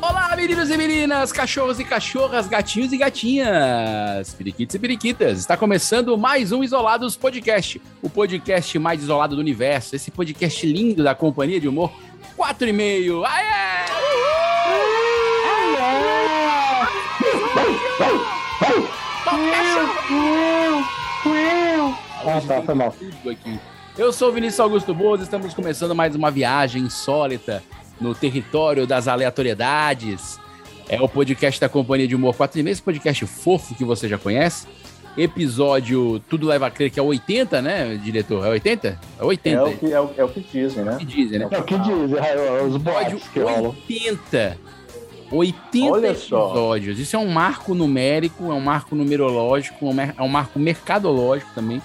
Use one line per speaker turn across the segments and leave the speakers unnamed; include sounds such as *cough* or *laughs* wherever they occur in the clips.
Olá, meninos e meninas, cachorros e cachorras, gatinhos e gatinhas, periquitos e periquitas. Está começando mais um Isolados Podcast, o podcast mais isolado do universo. Esse podcast lindo da Companhia de Humor 4,5. Aê!
Ah, tá, foi mal.
tudo aqui. Eu sou o Vinícius Augusto Boas, estamos começando mais uma viagem insólita no território das aleatoriedades. É o podcast da Companhia de Humor 4 e esse podcast fofo que você já conhece. Episódio Tudo Leva a Crer, que é o 80, né, diretor? É 80? É 80,
É
é
o, que, é, o, é o que dizem, né?
que dizem, né?
É o que diz, é, é, os
Episódio
boatos que rolam.
80. 80
Olha só.
episódios. Isso é um marco numérico, é um marco numerológico, é um mer- é um marco mercadológico também.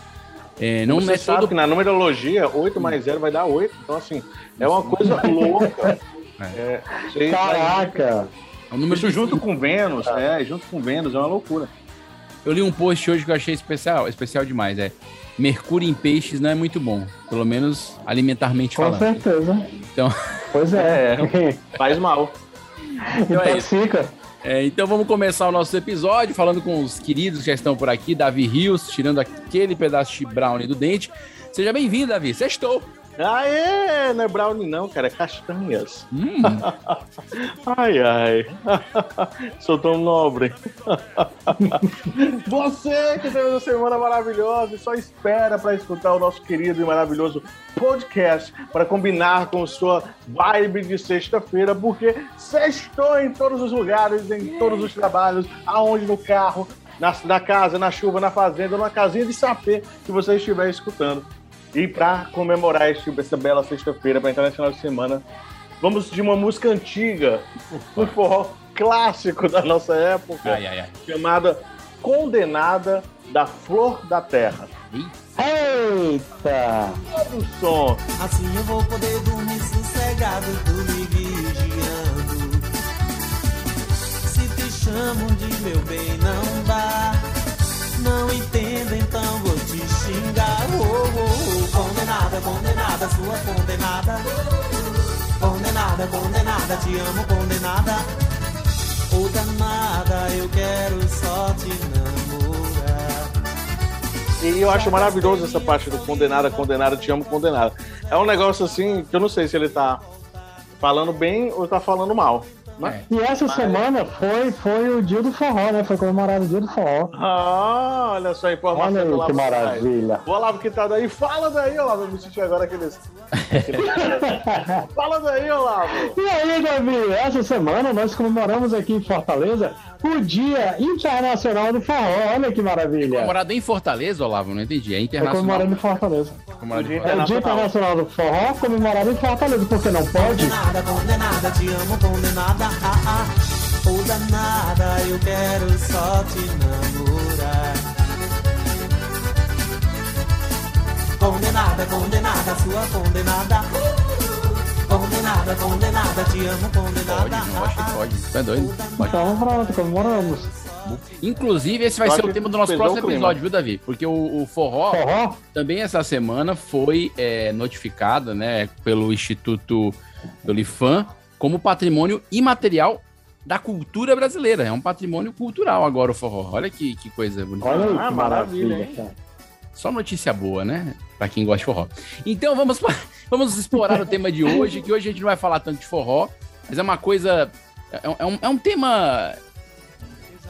É, não
Você
é
sabe
todo
que na numerologia, 8 mais 0 vai dar 8. Então, assim, é uma coisa louca. *laughs* É, você-
Caraca!
é um número
isso junto com Vênus, né? Junto com Vênus, é uma loucura.
Eu li um post hoje que eu achei especial, especial demais, é. Mercúrio em peixes não é muito bom, pelo menos alimentarmente
Com
falando.
certeza.
Então-
Pois *laughs* é.
Faz mal.
é
Intoxica.
É, então vamos começar o nosso episódio falando com os queridos que já estão por aqui, Davi Rios, tirando aquele pedaço de brownie do dente. Seja bem-vindo, Davi. Sextou.
Aê, não é brownie não, cara, é castanhas.
Hum,
Ai, ai. *laughs* Sou tão nobre. Você que teve uma semana maravilhosa e só espera para escutar o nosso querido e maravilhoso podcast para combinar com sua vibe de sexta-feira, porque sextou em todos os lugares, em todos os trabalhos, aonde no carro, na, na casa, na chuva, na fazenda, numa casinha de sapê que você estiver escutando. E para comemorar este- essa bela sexta-feira, para entrar nesse final de semana, Vamos de uma música antiga, um forró clássico da nossa época,
ai, ai, ai.
chamada Condenada da Flor da Terra.
Eita!
Olha o som.
Assim eu vou poder dormir sossegado, tu me vigiando. Se te chamam de meu bem, não dá. Não entendo, então vou te xingar. Oh, oh, oh. Condenada, condenada, sua condenada. Condenada, condenada, te amo, condenada. Ou danada, eu quero só te namorar.
E eu acho maravilhoso essa parte do Condenada, Condenada, Te Amo, Condenada. É um negócio assim que eu não sei se ele tá falando bem ou tá falando mal. Né?
E essa semana foi, foi o dia do forró, né? Foi comemorado o dia do forró.
Ah, olha só a informação do
Olha aí que
Olavo Moraes.
maravilha.
O Olavo que tá daí, fala daí, Olavo. Eu me senti agora
*laughs*
aqueles. aqueles- fala daí, Olavo.
E aí, Davi, essa semana nós comemoramos aqui em Fortaleza o Dia Internacional do Forró. Olha que maravilha.
Comemorado em Fortaleza, Olavo, não entendi. É
É comemorando
internacional.
em Fortaleza.
Comemorado em
Gente,
É
Fortaleza.
o Dia Internacional do Forró comemorado em Fortaleza, porque não pode.
Condenada, condenada, te amo, condenada, ah, ah. Ou danada, eu quero só te namorar. Condenada, condenada, sua condenada. Condenada, condenada, te amo,
Pode,
condenada.
não acho que
ah,
pode. Tá doido. Pode.
Então pronto, comemoramos.
Inclusive, esse vai
Eu
ser
acho
o
que
tema do nosso
pesou
próximo
o clima.
episódio, viu, Davi? Porque o, o forró
Forró?
também essa semana foi é, notificada né, pelo Instituto do Lifan como patrimônio imaterial da cultura brasileira. É um patrimônio cultural agora o forró. Olha que, que coisa bonita.
Olha aí
Ah,
que
maravilha,
maravilha,
hein?
cara.
Só notícia boa, né? Pra quem gosta de forró. Então vamos, pa- *laughs* vamos explorar o tema de hoje, que hoje a gente não vai falar tanto de forró, mas é uma coisa. É, é um, é um tema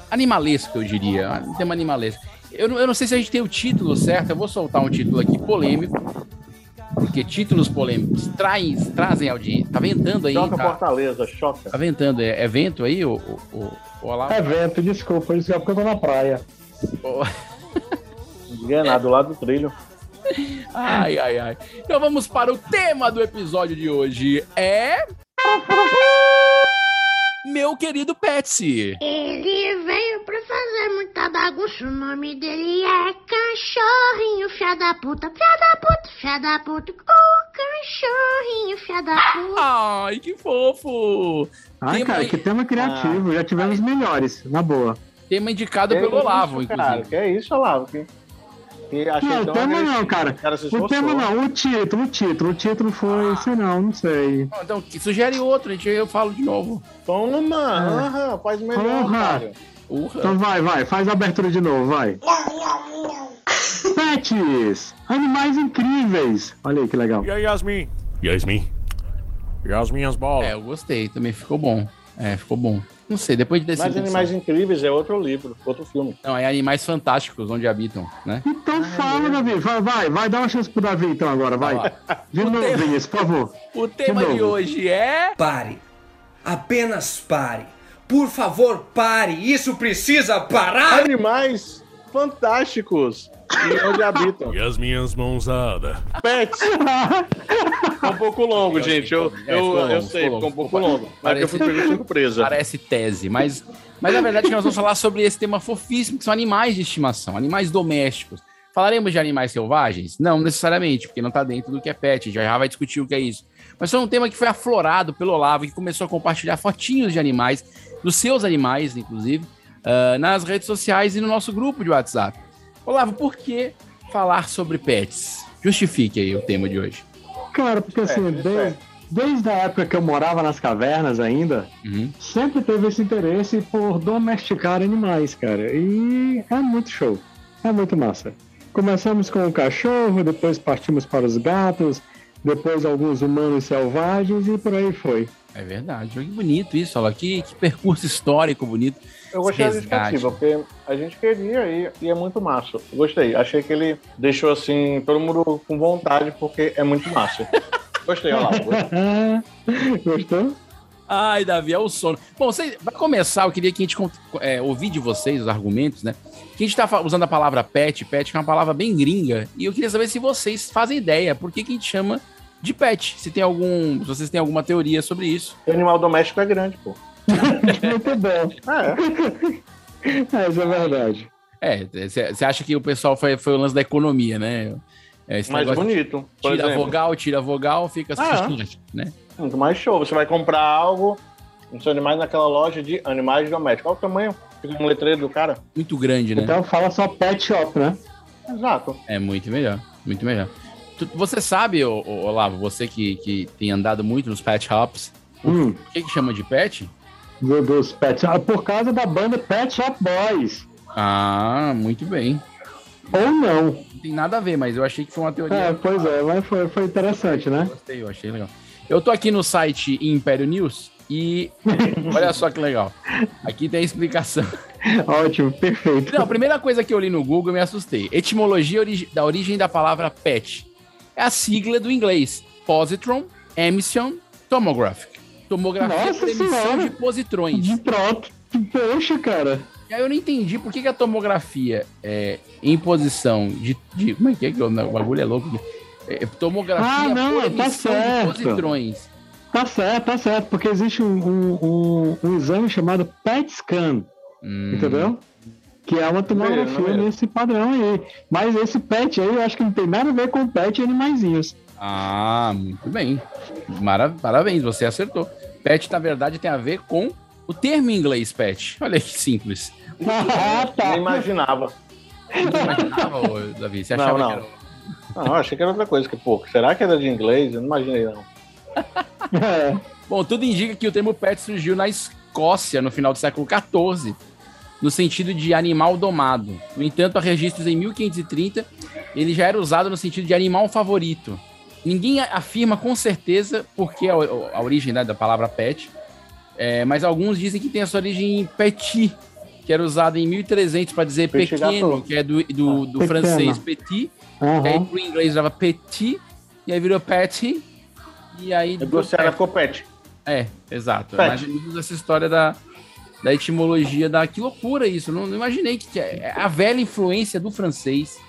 animalesco, eu diria. Um tema animalesco. Eu, não- eu não sei se a gente tem o título certo, eu vou soltar um título aqui polêmico, porque títulos polêmicos traem, trazem audiência. Tá ventando aí,
Choca
tá,
Fortaleza, choca.
tá ventando. É, é vento aí, o, o, o, o Olavo?
É vento, desculpa, isso é porque eu tô na praia.
Enganado, lá do trilho.
Ai, ai, ai. Então vamos para o tema do episódio de hoje. É. meu querido Petsy.
Ele veio pra fazer muita bagunça. O nome dele é Cachorrinho, fia da puta, fia da puta, fia da puta. O cachorrinho, fia da puta.
Ai, que fofo!
Ai,
Tem
Ah, cara,
mais-
que tema
Ah.
criativo. Já tivemos melhores, na boa.
Tema indicado
Que
pelo
isso,
Olavo,
Cara,
inclusive.
que é isso, Olavo? Que... que achei
Não, o
tão
tema
agressivo.
não, cara.
O cara se
O
esforçou. Ah.
tema não, o título, o título. O título foi, sei não, não sei.
Bom, Então, que- sugere outro, a gente, eu falo de novo.
Toma, aham, faz melhor,
É. Porra.
cara.
Urra.
Então vai, vai, faz a abertura de novo, vai. Pets! Animais incríveis! Olha aí que legal.
E aí, Yasmin? Yasmin? Yasmin as bolas.
É, eu gostei, também ficou bom. É, ficou bom. Não sei, depois de desse.
Mas Animais Incríveis é outro livro, outro filme.
Não, é Animais Fantásticos, onde habitam, né?
Ah,
Então fala, Davi. Vai, vai, vai, dá uma chance pro Davi então agora, vai.
Vai
De novo,
tema-
Vinícius, por favor.
O tema de,
novo.
hoje é.
Pare. Apenas pare. Por favor, pare. Isso precisa parar.
Animais fantásticos e onde *laughs* habitam.
Yasmin as mãozadas.
*laughs*
Pets. Ficou um pouco longo, gente. Eu,
É, ficou
eu,
longo,
eu sei,
ficou
ficou um
longo.
pouco longo. Mas é que eu fui pego de surpresa.
Parece tese, mas, mas na verdade que nós vamos falar sobre esse tema fofíssimo, que são animais de estimação, animais domésticos. Falaremos de animais selvagens? Não necessariamente, porque não está dentro do que é pet, já já vai discutir o que é isso. Mas foi um tema que foi aflorado pelo Olavo, que começou a compartilhar fotinhos de animais, dos seus animais, inclusive, ah, nas redes sociais e no nosso grupo de WhatsApp. Olavo, por que falar sobre pets? Justifique aí o tema de hoje.
Cara, porque assim,
É,
desde, desde a época que eu morava nas cavernas ainda,
Uhum.
sempre teve esse interesse por domesticar animais, cara. E é muito show. É muito massa. Começamos com o cachorro, depois partimos para os gatos, depois alguns humanos selvagens e por aí foi. *laughs*
É verdade. Que bonito isso, Olavo. Que, que percurso histórico bonito.
Eu gostei da
Resgate.
justificativa, porque a gente queria e, e é muito massa. Eu Gostei. Achei que ele deixou assim, todo mundo com vontade, porque é muito massa.
*laughs*
Gostei, olha lá. gostei.
Gostou?
Ai, Davi, é o sono. Bom, vocês, pra começar, eu queria que a gente con- é, ouvir de vocês os argumentos, né? Que a gente tá fa- usando a palavra pet, pet, que é uma palavra bem gringa, e eu queria saber se vocês fazem ideia por que, que a gente chama de pet. Se tem algum. Se vocês têm alguma teoria sobre isso.
Animal doméstico é grande, pô.
Muito bom.
É,
É, isso é verdade.
É, você acha que o pessoal foi, foi o lance da economia, né? É, esse
mais
negócio de
bonito. Por
Tira a
exemplo,
vogal, tira a vogal, fica
Ah.
assim, né?
muito mais show. Você vai comprar algo, uns animais naquela loja de animais domésticos. Olha o tamanho. Fica um letreiro do cara.
Muito grande, né?
Então fala só pet shop, né?
Exato.
É muito melhor, muito melhor. Tu- você sabe, ô- ô- Olavo, você que, que tem andado muito nos pet hops,
Hum,
o que, que chama de pet?
do- dos pets. Ah, por causa da banda Pet Shop Boys.
Ah, muito bem.
Ou não.
Não tem nada a ver, mas eu achei que foi uma teoria.
É, pois é, mas foi, foi interessante, né? *laughs*
Gostei, eu achei legal. Eu tô aqui no site Império News e *laughs* olha só que legal. Aqui tem a explicação. *laughs*
Ótimo, perfeito.
Não, a primeira coisa que eu li no Google eu me assustei. Etimologia origi- da origem da palavra pet. É a sigla do inglês positron, emission, tomographic. Tomografia
Nossa
por emissão de
Senhora!
positrões.
De pronto. Poxa, cara.
E aí eu não entendi por que, que a tomografia é em posição de, de- Como é que é que o o bagulho é louco? aqui? É, tomografia
Ah, não, tá certo.
de positrões.
Tá certo, tá certo. Porque existe um, um, um- um exame chamado PET scan,
Hum,
entendeu? Que é uma tomografia
Maneiro,
nesse padrão aí. Mas esse pet aí, eu acho que não tem nada a ver com
*laughs*
pet e animaizinhos.
Ah, muito bem. Mara- Parabéns, você acertou. Pet, na verdade, tem a ver com o termo em inglês, pet. Olha que simples.
ah, tá.
Nem imaginava.
Não imaginava, Ah, ô, Davi. Você
Não,
achava
não.
que era.
Ah, eu achei que era outra coisa. Que, pô, será que era de inglês? Eu não imaginei, não.
*laughs* É.
Bom, tudo indica que o termo pet surgiu na Escócia no final do século XIV, no sentido de animal domado. No entanto, há registros em 1530, ele já era usado no sentido de animal favorito. Ninguém a- afirma com certeza porque a, o- a origem né, da palavra pet, é, mas alguns dizem que tem a sua origem em petit, que era usado em 1300 para dizer
Petit
pequeno,
gâteau. Ah,
que é do, do- do
pequeno.
francês petit, e aí
Uhum.
Aham.
pro inglês usava petit, e aí virou petit, e aí...
Eu
virou
trouxe ela ficou pet.
é, exato.
Pet.
Imaginamos essa história da, da etimologia da. Que loucura isso! Não, não imaginei que, que é a velha influência do francês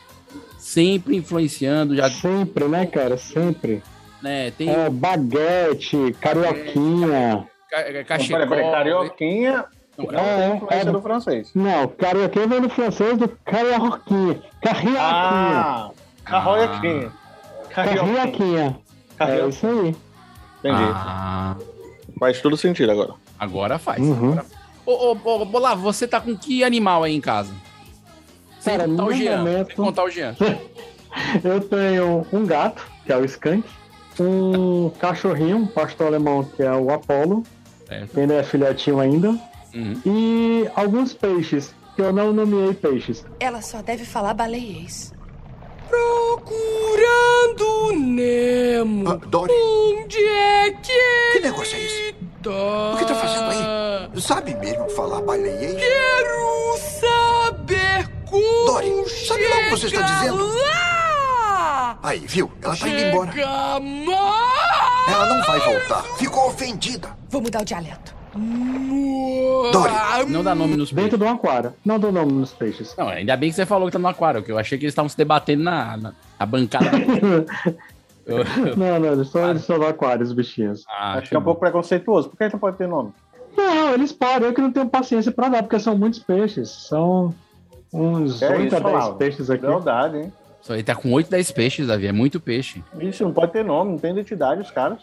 sempre influenciando, já
Sempre, né, cara? Sempre.
né, tem
É, baguete, carioquinha.
ca-
Peraí, peraí,
cachecol. né?
carioquinha
Não,
não tem
é,
influência do francês.
Não, carioquinha vem do francês do carioquinha. Carrioquinha.
Ah, carroioquinha. Carioquinha.
carrioquinha. É
Carioquinha.
isso aí.
Entendi.
Ah,
Faz todo sentido agora.
agora faz.
Uhum.
Agora... Ô, ô, ô, Bolá, você tá com que animal aí em casa? Sem
Cara,
contar o
no
Jean. Sem
momento-
contar o Jean.
Eu tenho um gato, que é o Skank, um cachorrinho, um pastor alemão, que é o Apollo,
Certo.
ele é filhotinho ainda,
Uhum.
e alguns peixes, que eu não nomeei peixes.
Ela só deve falar baleiês. Procurando Nemo.
Dory,
Onde é que
que negócio é esse?
tá?
O que tá fazendo aí? Sabe mesmo falar baleia?
Quero saber como
Dory, sabe lá o que você está
chega
dizendo?
lá.
Aí, viu? Ela tá indo embora.
Chega mais.
Ela não vai voltar. Ficou ofendida.
Vou mudar o dialeto.
Dory,
Não dá nome nos peixes.
Dentro do aquário, não dou nome nos peixes.
Não, ainda bem que você falou que tá no aquário, que eu achei que eles estavam se debatendo na, na, na bancada. Eu-
Ah,
eu-
Não, não, eles são, eles são do aquário, os bichinhos.
Ah,
Acho que é um pouco preconceituoso. Por que ele não pode ter nome?
Não, eles param, eu que não tenho paciência pra dar, porque são muitos peixes, são uns
É
8
isso,
a 10
Olavo.
peixes aqui.
Lealdade, hein?
Só ele tá com 8, 10 peixes, Davi. É muito peixe.
Isso, não pode ter nome, não tem identidade os caras.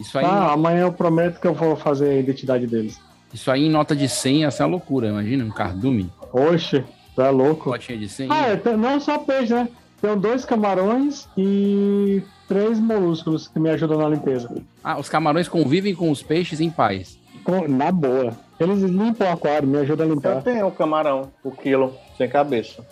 Isso aí,
Tá, amanhã eu prometo que eu vou fazer a identidade deles.
isso aí em nota de 100 essa é uma loucura. Imagina, um cardume.
Oxe, tá louco.
Cotinha de 100.
Ah, é, tem- não só peixe, né? Tem dois camarões e três moluscos que me ajudam na limpeza.
Ah, os camarões convivem com os peixes em paz.
Com- na boa. Eles limpam o aquário, me ajudam a
Eu
limpar.
tenho o Então um camarão, o quilo,
*laughs*
sem cabeça.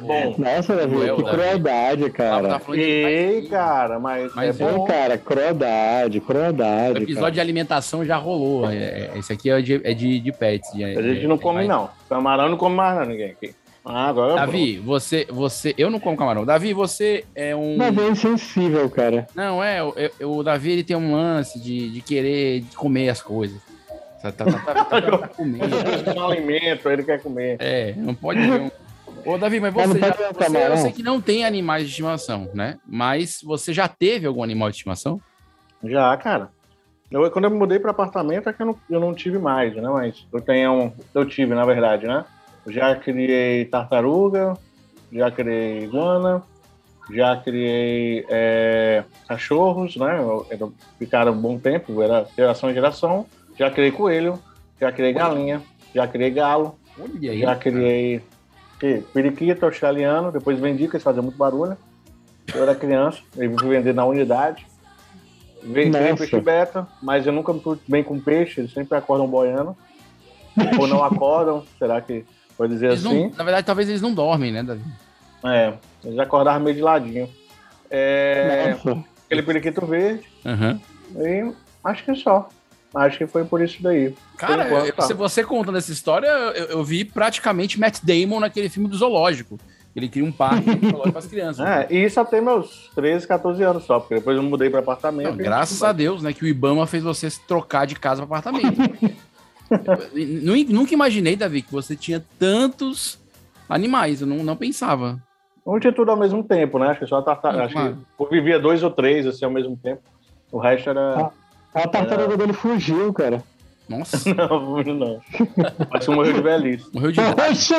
Bom.
É.
Nossa, Davi,
Cruel,
que
Davi.
crueldade,
Tava-
cara.
tava Ah, tá falando de
Ei,
paz.
cara, mas,
Mas
é
é.
bom.
Pô, cara, crueldade,
O
crueldade.
episódio é de alimentação já rolou. É, é- esse aqui é de, é de, de pets. de-
A gente não
é-
come,
é-
não. Camarão não come mais não, ninguém aqui. Ah, agora
Davi, você, você. Eu não como camarão. Davi, você é um.
Cara. Davi é insensível, cara.
Não, é. eu- eu- o Davi ele tem um lance de, de querer comer as coisas. Tá, tá, tá, tá- tá- tá comendo.
Ele não alimento, ele quer comer.
É, não pode ver um. Ô, Davi, mas
Mas não
você, já,
pode ver um
você- eu
camarão?
sei que não tem animais de estimação, né? Mas você já teve algum animal de estimação?
Já, cara. Eu, quando eu me mudei para apartamento, é que eu não, eu não tive mais, né? Mas eu tenho um. Eu tive, na verdade, né? Já criei tartaruga, já criei iguana, já criei é, cachorros, né? Eu- eu- Ficaram um bom tempo, era geração em geração. Já criei coelho, já criei galinha, já criei galo,
Olha
já criei que, periquito australiano, depois vendi, porque eles faziam muito barulho. Eu era criança, eu fui vender na unidade. Vendi
Nossa.
peixe beta, mas eu nunca me fui bem com peixe, eles sempre acordam boiando. Ou não acordam, *laughs* será que vou dizer
Eles não-
assim?
na verdade, talvez eles não dormem, né, Davi?
É, eles acordavam meio de ladinho. É,
Nossa.
aquele periquito verde,
Aham.
e acho que só. Acho que foi por isso daí.
Cara,
Por enquanto,
eu-
tá.
se você contando essa história, eu, eu vi praticamente Matt Damon naquele filme do Zoológico. Ele cria um parque de zoológico para as crianças.
*laughs* É, e isso até meus 13, 14 anos só, porque depois eu mudei para apartamento.
Não, graças a Deus, né, que o Ibama fez você se trocar de casa para apartamento. Eu nu- Nunca imaginei, Davi, que você tinha tantos animais. Eu não, não pensava.
Não tinha tudo ao mesmo tempo, né? Acho que só a tartaruga.
Não,
Acho
claro.
que convivia dois ou três assim ao mesmo tempo. O resto
Ah.
era.
A tartaruga
É.
dele fugiu, cara.
Nossa.
*laughs* Não, não. Acho que morreu de velhice.
Morreu de idade.
Poxa,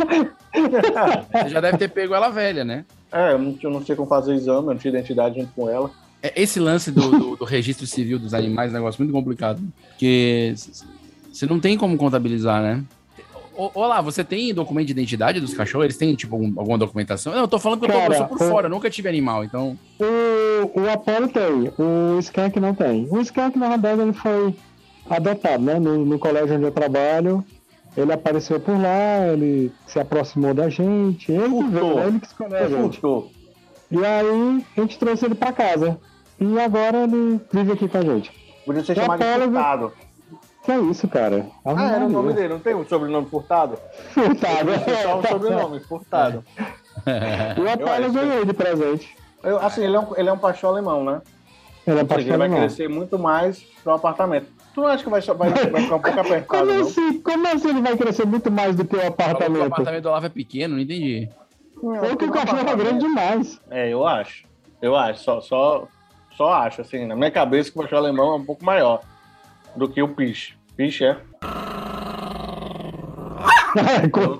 Você já deve ter pego ela velha, né?
É, eu não, eu não sei como fazer exame, eu não tinha identidade junto com ela.
É, Esse lance do, do- do registro civil dos animais é um negócio muito complicado. Porque c- c- você não tem como contabilizar, né? Ô- Olá, você tem documento de identidade dos cachorros? Eles têm, tipo, algum- alguma documentação? Não, eu tô falando que eu, tô,
Cara,
eu sou por
eu-
fora, eu nunca tive animal, então.
o, o Apollo tem, o Skank não tem. O Skank, na verdade, ele foi adotado, né? No, no colégio onde eu trabalho. Ele apareceu por lá, ele se aproximou da gente. Ele que veio, né? ele que escolheu a gente.
Puto.
E aí a gente trouxe ele pra casa. E agora ele vive aqui com a gente.
Podia ser
Já
chamado de
fala, viu?
furtado.
Que é É, isso, cara?
Ah, era o nome dele, não tem um sobrenome
*laughs*
furtado?
Furtado.
Tem só um sobrenome, furtado.
né? Tá, E o
Eu acho.
Apollo ganhou de presente.
Eu- assim, ele é um, ele é um pastor alemão, né?
Ele
Ou seja,
é
ele
pastor
vai
alemão.
crescer muito mais para um apartamento. Tu não acha que vai, só- vai, vai ficar um pouco apertado,
*laughs* Como
não?
assim? Como assim ele vai crescer muito mais do que o
Falou que O
apartamento?
apartamento do Olavo é pequeno, não entendi.
Ou
um
que o cachorro é grande demais.
É, eu acho. Eu acho. Só, só, só acho, assim, na minha cabeça que o cachorro alemão é um pouco maior. do que o Pish. Pish é.
*laughs*
Então,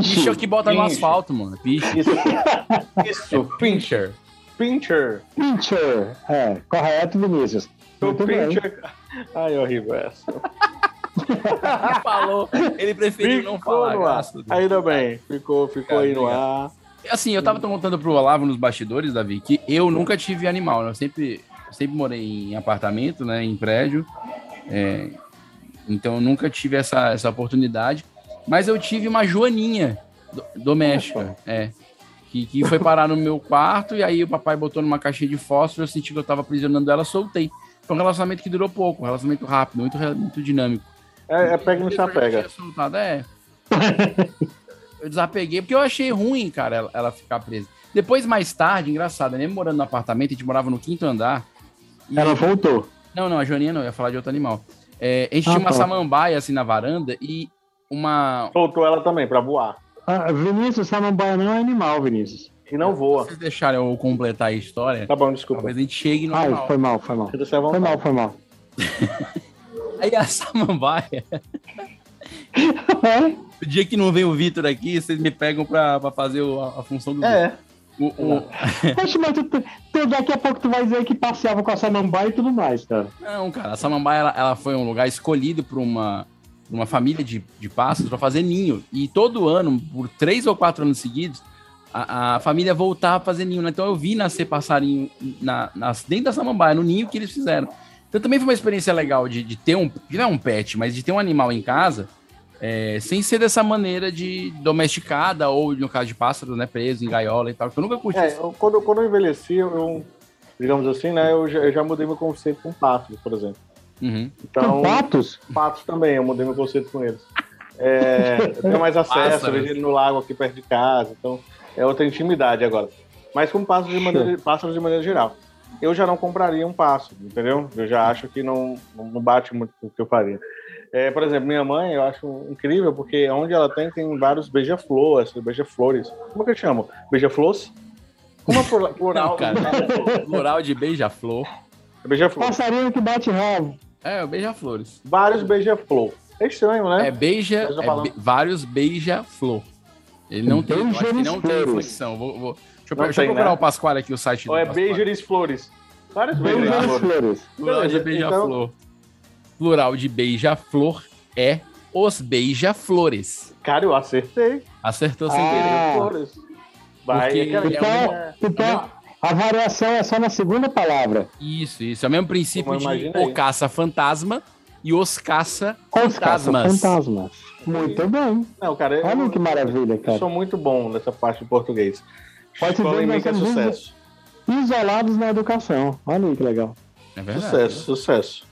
Pish é o que bota no
Pish.
asfalto, mano. Pish. *laughs*
Isso,
Pincher.
Pincher.
Pincher. É, correto, Vinícius.
Então,
O
Muito bem.
Pincher. Ai, é horrível essa.
Ele falou, ele preferiu não falar.
no ar.
graças a Deus.
Ainda bem, ficou, ficou aí no ar.
Assim, eu tava contando pro Olavo nos bastidores, Davi, que eu nunca tive animal, né? Eu sempre, sempre morei em apartamento, né? Em prédio. É, então eu nunca tive essa, essa oportunidade. Mas eu tive uma joaninha do- doméstica, é. Que, que foi parar no meu quarto e aí o papai botou numa caixinha de fósforo, eu senti que eu tava aprisionando ela, soltei. Foi um relacionamento que durou pouco, um relacionamento rápido, muito, re- muito dinâmico.
É, é pega e não se apega.
Eu tinha soltado, é. eu desapeguei, porque eu achei ruim, cara, ela, ela ficar presa. Depois, mais tarde, engraçado, né? mesmo morando no apartamento, a gente morava no quinto andar. e-
*laughs* Ela voltou.
Não, não, a Joaninha não, eu ia falar de outro animal. É, a gente tinha
Ah,
uma
tá.
samambaia, assim, na varanda e uma...
Soltou ela também pra voar.
Ah, Vinícius, samambaia não é animal, Vinícius.
E não voa.
Se vocês deixarem eu completar a história,
Tá bom, desculpa.
talvez a gente chegue no
Ai,
é animal.
Ah,
é
foi mal, foi mal.
Eu deixei à
Foi
vontade.
mal, foi mal. *laughs*
Aí a *laughs* samambaia...
É?
o dia que não vem o Vitor aqui, vocês me pegam pra, pra fazer o- a, a função do
É,
Vitor. O- o-
Poxa, mas tu, tu- daqui a pouco tu vai dizer que passeava com a samambaia e tudo mais, cara.
Não, cara, a Samambaia ela, ela foi um lugar escolhido por uma, por uma família de, de pássaros para fazer ninho. E todo ano, por três ou quatro anos seguidos, a, a família voltava a fazer ninho. né? Então eu vi nascer passarinho na, nas, dentro da Samambaia, no ninho que eles fizeram. Então também foi uma experiência legal de, de ter um, que não é um pet, mas de ter um animal em casa, é, sem ser dessa maneira de domesticada ou, no caso de pássaros, né, preso em gaiola e tal, que eu nunca curti.
é eu- quando, quando eu envelheci, eu, digamos assim, né, eu já, eu já mudei meu conceito com pássaros, por exemplo.
Uhum.
Então,
Com
*laughs*
patos? *laughs*
patos também, eu mudei meu conceito com eles. É, eu tenho mais acesso, eu
Pássaros.
vejo ele no lago aqui perto de casa, então é outra intimidade agora. Mas com pássaros de maneira, pássaros de maneira geral. Eu já não compraria um pássaro, entendeu? Eu já acho que não, não bate muito com o que eu faria. É, por exemplo, minha mãe, eu acho incrível, porque onde ela tem, tem vários beija-flores, beija-flores. Como é que eu chamo? Beija-flores? Como é
*laughs*
plura- plural?
Não, cara, plural de beija-flor.
Beija-flores.
Passarinho que bate rabo.
É, beija-flores.
Vários beija-flor. É estranho, né?
É beija,
Eu já
é
falando. Hum.
be- vários beija-flor. Ele não tem, eu acho que ele não tem
Beija-flores.
inflexão. Vou, vou- deixa eu,
Não
pe- deixa eu
tem,
procurar
né?
o Pasquale aqui, o site
Ou é
Pasquale.
beijeres flores? Vários
Vamos ver
beijeres
as
flores.
flores.
Plural de
Beleza,
beija-flor. Plural de beija-flor é os beija-flores.
Cara, eu acertei.
Acertou sem querer.
Ah.
Beija flores. Vai,
Porque
é que-
é
Então,
uma-
então a variação é só na segunda palavra.
Isso, isso. É o mesmo princípio
Como eu
de
imaginei.
o caça-fantasma e os
Os
caça-fantasmas.
fantasmas. Muito bem.
Não, cara, eu,
Olha que maravilha,
eu
cara.
sou muito bom nessa parte de português.
Pode
Escola
ver,
em mim
nós
que é
somos
sucesso.
Isolados na educação. Olha aí que legal.
É verdade.
Sucesso, sucesso.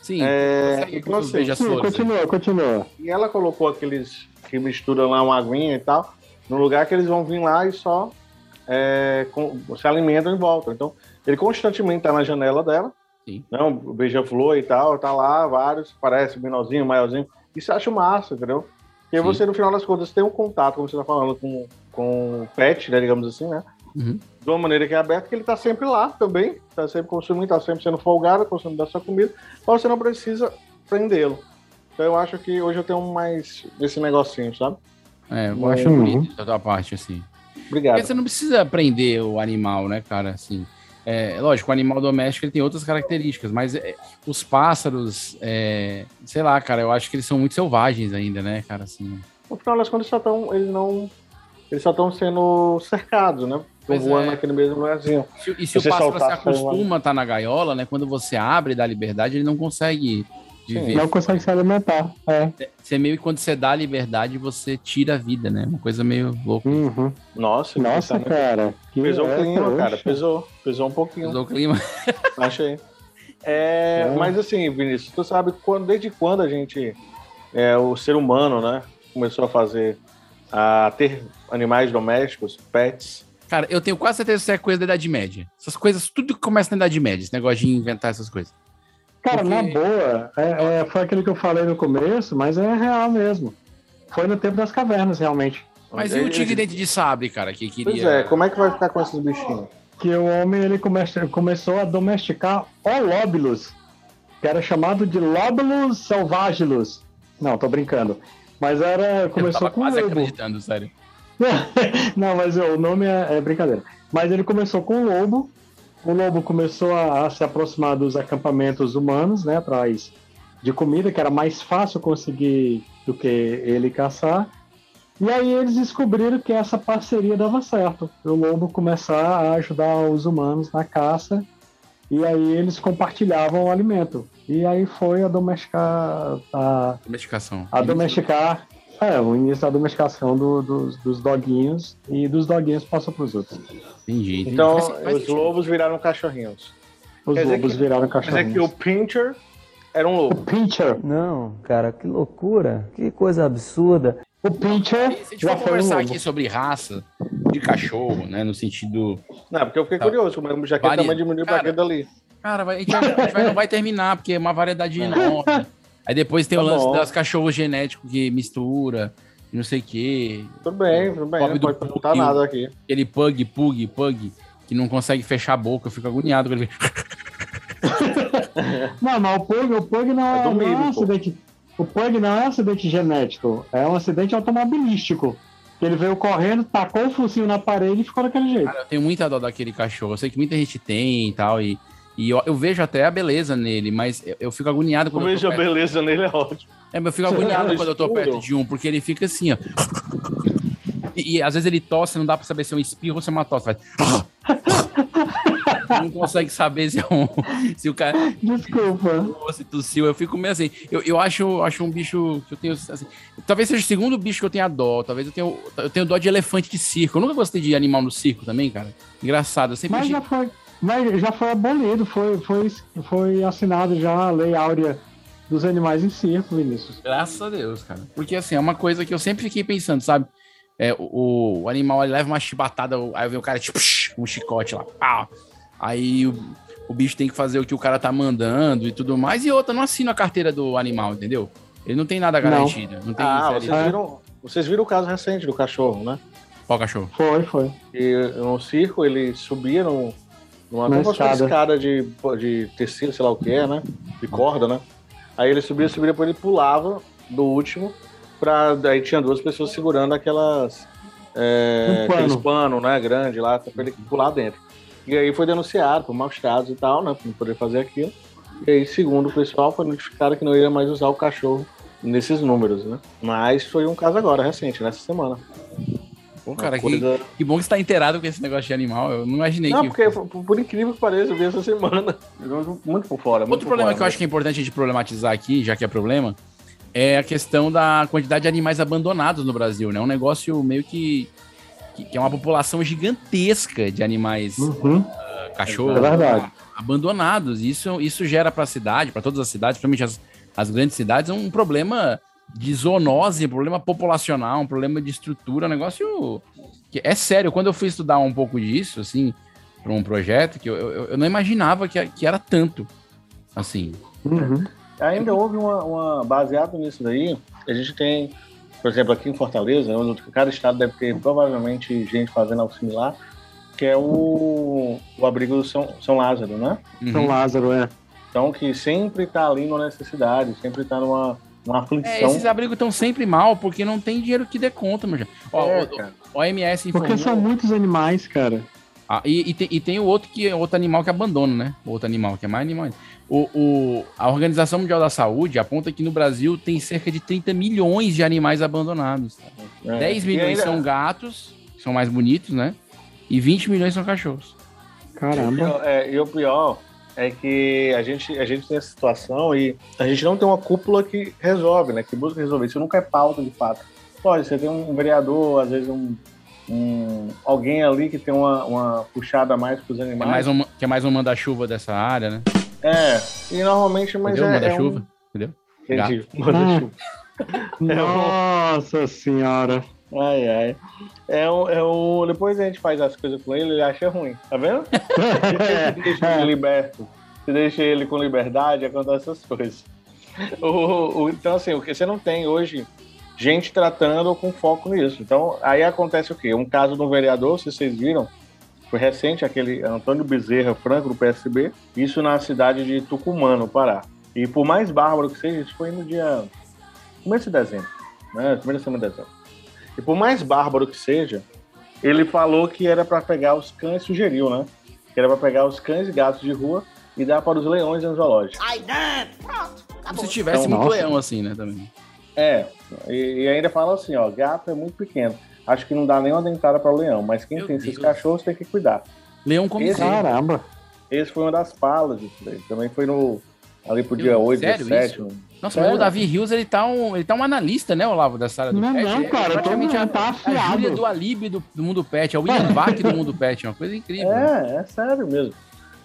Sim.
É,
Segue com
então,
os
assim,
Sim,
beija-flores. aí.
continua, continua.
E ela colocou aqueles que misturam lá uma aguinha e tal, no lugar que eles vão vir lá e só é, com- se alimentam e voltam. Então, ele constantemente tá na janela dela,
Sim.
né, um beija-flor e tal, tá lá, vários, parece menorzinho, maiorzinho. Isso eu acho massa, entendeu? Porque
Sim.
você, no final das contas, tem um contato, como você tá falando, com, com o pet, né, digamos assim, né?
Uhum.
De uma maneira que é aberta, que ele tá sempre lá também, tá sempre consumindo, tá sempre sendo folgado, consumindo da sua comida, mas você não precisa prendê-lo. Então eu acho que hoje eu tenho mais esse negocinho, sabe?
É, eu acho
Uhum.
bonito da tua parte, assim.
Obrigado.
Porque você não precisa prender o animal, né, cara? Assim, é, lógico, o animal doméstico ele tem outras características, mas é, os pássaros, é, sei lá, cara, eu acho que eles são muito selvagens ainda, né, cara? Assim,
No final das contas, só tão, eles não. Eles só estão sendo cercados, né? Estão
Pois
voando
é.
naquele mesmo lugarzinho.
se- e se
Você
o pássaro se
soltar, sai um
acostuma a estar na gaiola, né? Quando você abre da liberdade, ele não consegue viver.
Não consegue se alimentar. É.
Você meio que quando você dá a liberdade, você tira a vida, né? Uma coisa meio louca.
Uhum.
Nossa,
Nossa,
tá muito-
cara. Que
Pesou um
é,
pouquinho, cara.
poxa.
Pesou. Pesou um pouquinho.
Mas o clima.
Achei. É,
É.
Mas assim, Vinícius, tu sabe quando, desde quando a gente, é, o ser humano, né, começou a fazer, a ter animais domésticos, pets?
Cara, eu tenho quase certeza que isso é coisa da Idade Média. Essas coisas, tudo que começa na Idade Média, esse negócio de inventar essas coisas.
um
Cara,
Porque-
na boa, é- é, foi aquilo que eu falei no começo, mas é real mesmo. Foi no tempo das cavernas, realmente.
Mas e o tigre dente de sabre, cara, que queria.
é Pois é, como é que vai ficar com esses bichinhos?
Que o homem ele come- começou a domesticar olóbilos. que era chamado de Lobulus Selvagelus. Não, tô brincando. Mas era. Começou
tava
com
quase
lobo.
acreditando, sério.
*laughs* Não, mas o nome é, é brincadeira. Mas ele começou com o lobo. O lobo começou a, a se aproximar dos acampamentos humanos, né? Atrás de comida, que era mais fácil conseguir do que ele caçar. E aí eles descobriram que essa parceria dava certo. O lobo começar a ajudar os humanos na caça. E aí eles compartilhavam o alimento. E aí foi a domesticar a,
Domesticação.
a domesticar. É, o início da domesticação do- dos, dos doguinhos e dos doguinhos passou para os outros.
Entendi. entendi.
Então,
Faz- faz
os
sentido.
lobos viraram cachorrinhos.
Os
Quer dizer
lobos
que-
viraram
Mas é
cachorrinhos.
que o Pincher era um
O
lobo.
Pincher,
Não, cara, que loucura. Que coisa absurda.
o Pincher
Se a gente
já
for
foi um
conversar
lobo.
aqui sobre raça de cachorro, né? No sentido.
Não, né? porque eu fiquei
Tá.
curioso, como é o jaqueta
Varia.
também diminuiu pra
Cara.
aquele dali.
Cara, vai- a gente, vai- a gente vai- não vai terminar, porque é uma *laughs* variedade enorme. Aí depois tem o
Tá
lance
bom.
das cachorros genéticos que mistura, e não sei o quê.
Tudo bem, tudo bem,
Pobre
não
do
pode perguntar
Pincher.
nada aqui.
Aquele pug, pug, pug, que não consegue fechar a boca. Eu fico agoniado quando ele vem.
Não, mas o Pug, o Pug não é,
É do
não é
milho,
um
pô.
acidente. O Pug não é um acidente genético, é um acidente automobilístico. Ele veio correndo, tacou o focinho na parede e ficou daquele jeito.
Cara, eu tenho muita dó daquele cachorro. Eu sei que muita gente tem e tal. E, e eu, eu vejo até a beleza nele, mas eu, eu fico agoniado
Eu
quando eu
vejo
tô
a
perto.
beleza nele, é ótimo.
É, mas eu fico agoniado
Olha,
quando eu tô perto
escuro.
de um, porque ele fica assim, ó. E, e às vezes ele tosse, não dá pra saber se é um espirro ou se é uma tosse. Faz... *laughs* não consegue saber se é um. Se o cara
Ah.
Desculpa.
ou se tossiu. Eu fico meio assim. Eu, eu acho, acho um bicho que eu tenho. assim, talvez seja o segundo bicho que eu tenha dó. Talvez eu tenha. Eu tenho dó de elefante de circo. Eu nunca gostei de animal no circo também, cara. Engraçado. Eu sempre
Mas
achei-
já foi, mas já foi abolido, foi, foi, foi assinado já a Lei Áurea dos Animais em Circo, Vinícius.
Graças a Deus, cara. Porque assim, é uma coisa que eu sempre fiquei pensando, sabe? É, o, o animal ele leva uma chibatada, o- aí vem o cara, tipo, psh, um chicote lá, pá. Aí o, o bicho tem que fazer o que o cara tá mandando e tudo mais. E outra, não assina a carteira do animal, entendeu? Ele não tem nada
Não.
garantido. Não, tem
Ah,
série-
vocês viram, vocês viram o caso recente do cachorro, né?
Qual cachorro?
Foi, foi.
E no circo ele subia num, numa
Na
como se fosse uma
escada.
escada de, de tecido, sei lá o que é, né? De corda, né? Aí ele subia, subia, depois ele pulava do último, pra, daí tinha duas pessoas segurando aquelas. É,
Um pano.
Aqueles pano, né? Grande lá, pra ele pular dentro. E aí foi denunciado por maus tratos e tal, né? Pra não poder fazer aquilo. E aí, segundo o pessoal, foi notificado que não ia mais usar o cachorro nesses números, né? Mas foi um caso agora, recente, nessa semana.
Pô, Um cara,
Uma
que,
coisa-
que bom que você tá inteirado com esse negócio de animal. Eu não imaginei
Não,
que.
porque por, por incrível que pareça, eu vi essa semana. Muito por fora. muito
Outro
por
problema
fora,
que eu acho que é importante a gente problematizar aqui, já que é problema, é a questão da quantidade de animais abandonados no Brasil, né? Um negócio meio que. que, que é uma população gigantesca de animais, eh,
Uhum.
cachorros,
é verdade.
abandonados. E Isso, isso gera para a cidade, para todas as cidades, principalmente as, as grandes cidades, um problema de zoonose, um problema populacional, um problema de estrutura, um negócio que é sério. Quando eu fui estudar um pouco disso, assim, para um projeto, que eu, eu, eu não imaginava que, que era tanto. Assim,
Uhum.
né? Ainda houve uma, uma. Baseado nisso daí, a gente tem, por exemplo, aqui em Fortaleza, é onde cada estado deve ter provavelmente gente fazendo algo similar, que é o, o abrigo do São, São Lázaro, né?
São Lázaro, é.
Então, que sempre tá ali numa necessidade, sempre tá numa, numa
É,
aflição.
esses abrigos estão sempre mal porque não tem dinheiro que dê conta, meu já. Ó,
É,
o-
cara.
o OMS informou.
Porque são muitos animais, cara.
Ah, e, e tem, e tem o outro que é outro animal que abandona, né? O outro animal que é mais animal. ainda. O, o- a Organização Mundial da Saúde aponta que no Brasil tem cerca de 30 milhões de animais abandonados.
É.
10
E
milhões
ainda-
são gatos, que são mais bonitos, né? E 20 milhões são cachorros.
Caramba.
É, e o pior é que a gente, a gente tem essa situação e a gente não tem uma cúpula que resolve, né? Que busca resolver. Isso nunca é pauta de fato. Pode, você tem um vereador, às vezes um. um- alguém ali que tem uma, uma puxada a mais para os
Que é
animais.
mais um, que é mais um manda-chuva dessa área, né?
É, e normalmente, mas
Entendeu?
é. é
Manda-chuva.
um...
Gato.
*laughs* Entendi. Manda-chuva.
Nossa senhora.
Ai, ai. É o, é o. Depois a gente faz as coisas com ele, ele acha ruim, tá vendo?
*laughs*
Você deixa ele liberto. Você deixa ele com liberdade, acontece essas coisas. O- o- então, assim, o que você não tem hoje, gente tratando com foco nisso. Então, aí acontece o quê? Um caso de um vereador, se vocês viram, foi recente, aquele Antônio Bezerra Franco, do PSB, isso na cidade de Tucumã, no Pará. E por mais bárbaro que seja, isso foi no dia. começo de dezembro, né? Primeira semana de dezembro. E por mais bárbaro que seja, ele falou que era para pegar os cães, sugeriu, né? Que era para pegar os cães e gatos de rua e dar para os leões no zoológico.
Ai, dentro. Pronto.
Como se tivesse
Então,
muito
nossa.
leão assim, né, também.
É, e, e ainda fala assim, ó, gato é muito pequeno. Acho que não dá nem uma dentada para o leão, mas quem tem esses cachorros tem que cuidar.
Leão come
Esse-
gente.
*laughs* Caramba.
Esse foi uma das falas disso daí. Também foi no. Ali pro dia 8,
sério
17.
isso?
um-
Nossa,
Sério.
mas o Davi Rios, ele tá um, ele tá um analista, né, Olavo, da sala do
Não,
pet.
não,
É
cara,
praticamente
todo
a,
mundo tá
a Júlia
afiado.
do Alibi do, do mundo pet, é o William Vac do mundo pet, é uma coisa incrível. né?
É, é sério mesmo.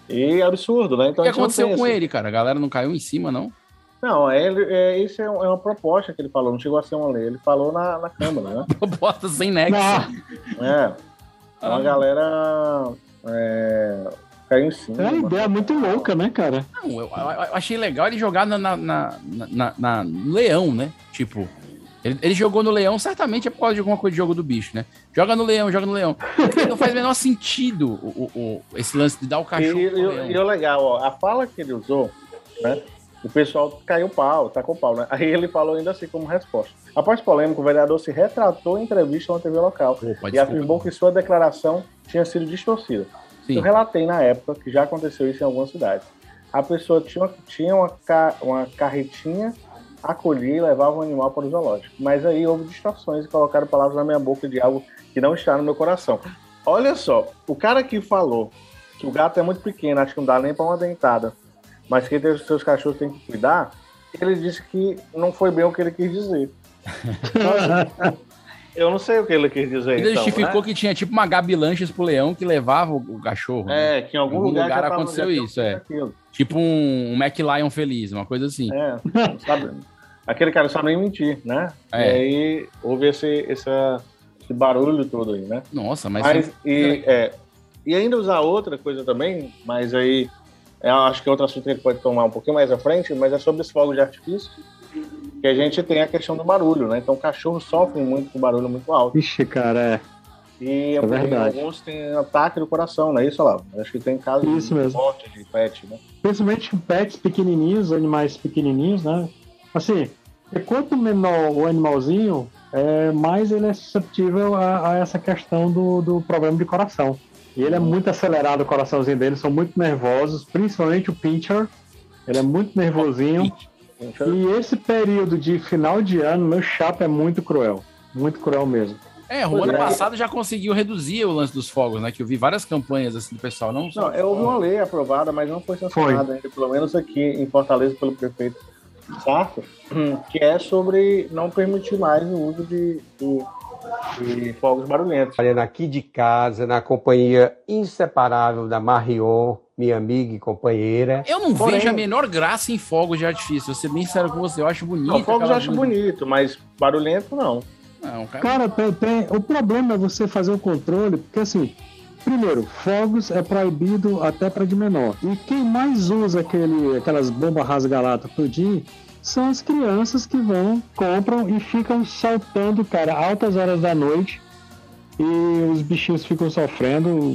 E é absurdo, né? Então
O que
a gente não
aconteceu
tem
com
essa-
ele, cara? A galera não caiu em cima, não? *laughs*
Não, ele, é, isso é, um- é uma proposta que ele falou, não chegou a ser uma lei, ele falou na, na Câmara, né?
Proposta sem nexo.
Não,
É. Então
Ah.
a galera é, caiu em cima.
é uma
mano.
ideia muito louca, né, cara?
Não, eu, eu- eu achei legal ele jogar na, na, na, na- na- no Leão, né? Tipo, ele, ele jogou no Leão, certamente é por causa de alguma coisa de jogo do bicho, né? Joga no Leão, joga no Leão. Porque não faz o menor sentido o, o- o- esse lance de dar o
E,
cachorro. pro
e o-
leão.
e o legal, ó, a fala que ele usou, né? O pessoal caiu um pau, tacou pau, né? Aí ele falou ainda assim como resposta. Após polêmica, o vereador se retratou em entrevista na TV local
Opa,
e afirmou
desculpa.
que sua declaração tinha sido distorcida.
Sim.
Eu relatei na época que já aconteceu isso em algumas cidades. A pessoa tinha, tinha uma, ca- uma carretinha, acolhia e levava o animal para o zoológico. Mas aí houve distorções e colocaram palavras na minha boca de algo que não está no meu coração. Olha só, o cara que falou que o gato é muito pequeno, acho que não dá nem para uma dentada, mas quem tem os seus cachorros tem que cuidar, ele disse que não foi bem o que ele quis dizer. Então, eu não sei o que ele quis dizer.
Ele
então, né?
justificou que tinha tipo uma Gabi Lanches pro leão que levava o, o cachorro. né?
É, que em algum,
Em algum
lugar,
lugar
já tava-
aconteceu
já tinha
isso, é.
aquilo.
Tipo um, um McLion feliz, uma coisa assim.
É, não sabe- aquele cara não sabe nem mentir, né?
É.
E aí houve esse, essa- esse barulho todo aí, né?
Nossa, mas. um
Mas, e, é, e ainda usar outra coisa também, mas aí eu acho que é outro assunto que ele pode tomar um pouquinho mais à frente, mas é sobre esse fogo de artifício, que a gente tem a questão do barulho, né? Então cachorros sofrem muito com barulho muito alto.
Ixi, cara, é.
E
verdade.
alguns têm ataque do coração, né? Isso lá. Acho que tem casos
Isso mesmo.
forte de pet, né?
Principalmente pets pequenininhos, animais pequenininhos, né? Assim, porque quanto menor o animalzinho, é, mais ele é susceptível a, a essa questão do, do problema de coração. E ele é muito acelerado, o coraçãozinho dele, são muito nervosos, principalmente o pincher. Ele é muito nervosinho.
Então,
E esse período de final de ano, meu chapa é muito cruel. Muito cruel mesmo.
É, o ano
é.
passado já conseguiu reduzir o lance dos fogos, né? Que eu vi várias campanhas assim do pessoal, não só.
Não, é, houve uma lei aprovada, mas não foi sancionada ainda, pelo menos aqui em Fortaleza, pelo prefeito Sarto, que é sobre não permitir mais o uso de, de, de fogos barulhentos.
Trabalhando aqui de casa, na companhia inseparável da Marion, minha amiga e companheira.
Eu não
Porém-
vejo a menor graça em fogos de artifício. Eu vou ser bem sério com você, eu acho bonito.
Não, fogos eu
aquela
acho
luz-
bonito, mas barulhento não.
Não, cara.
Cara, tem, tem- o problema é você fazer o controle, porque assim, primeiro, fogos é proibido até para de menor. E quem mais usa aquele, aquelas bombas rasgalata tudinho são as crianças que vão, compram e ficam saltando, cara, altas horas da noite. E os bichinhos ficam sofrendo,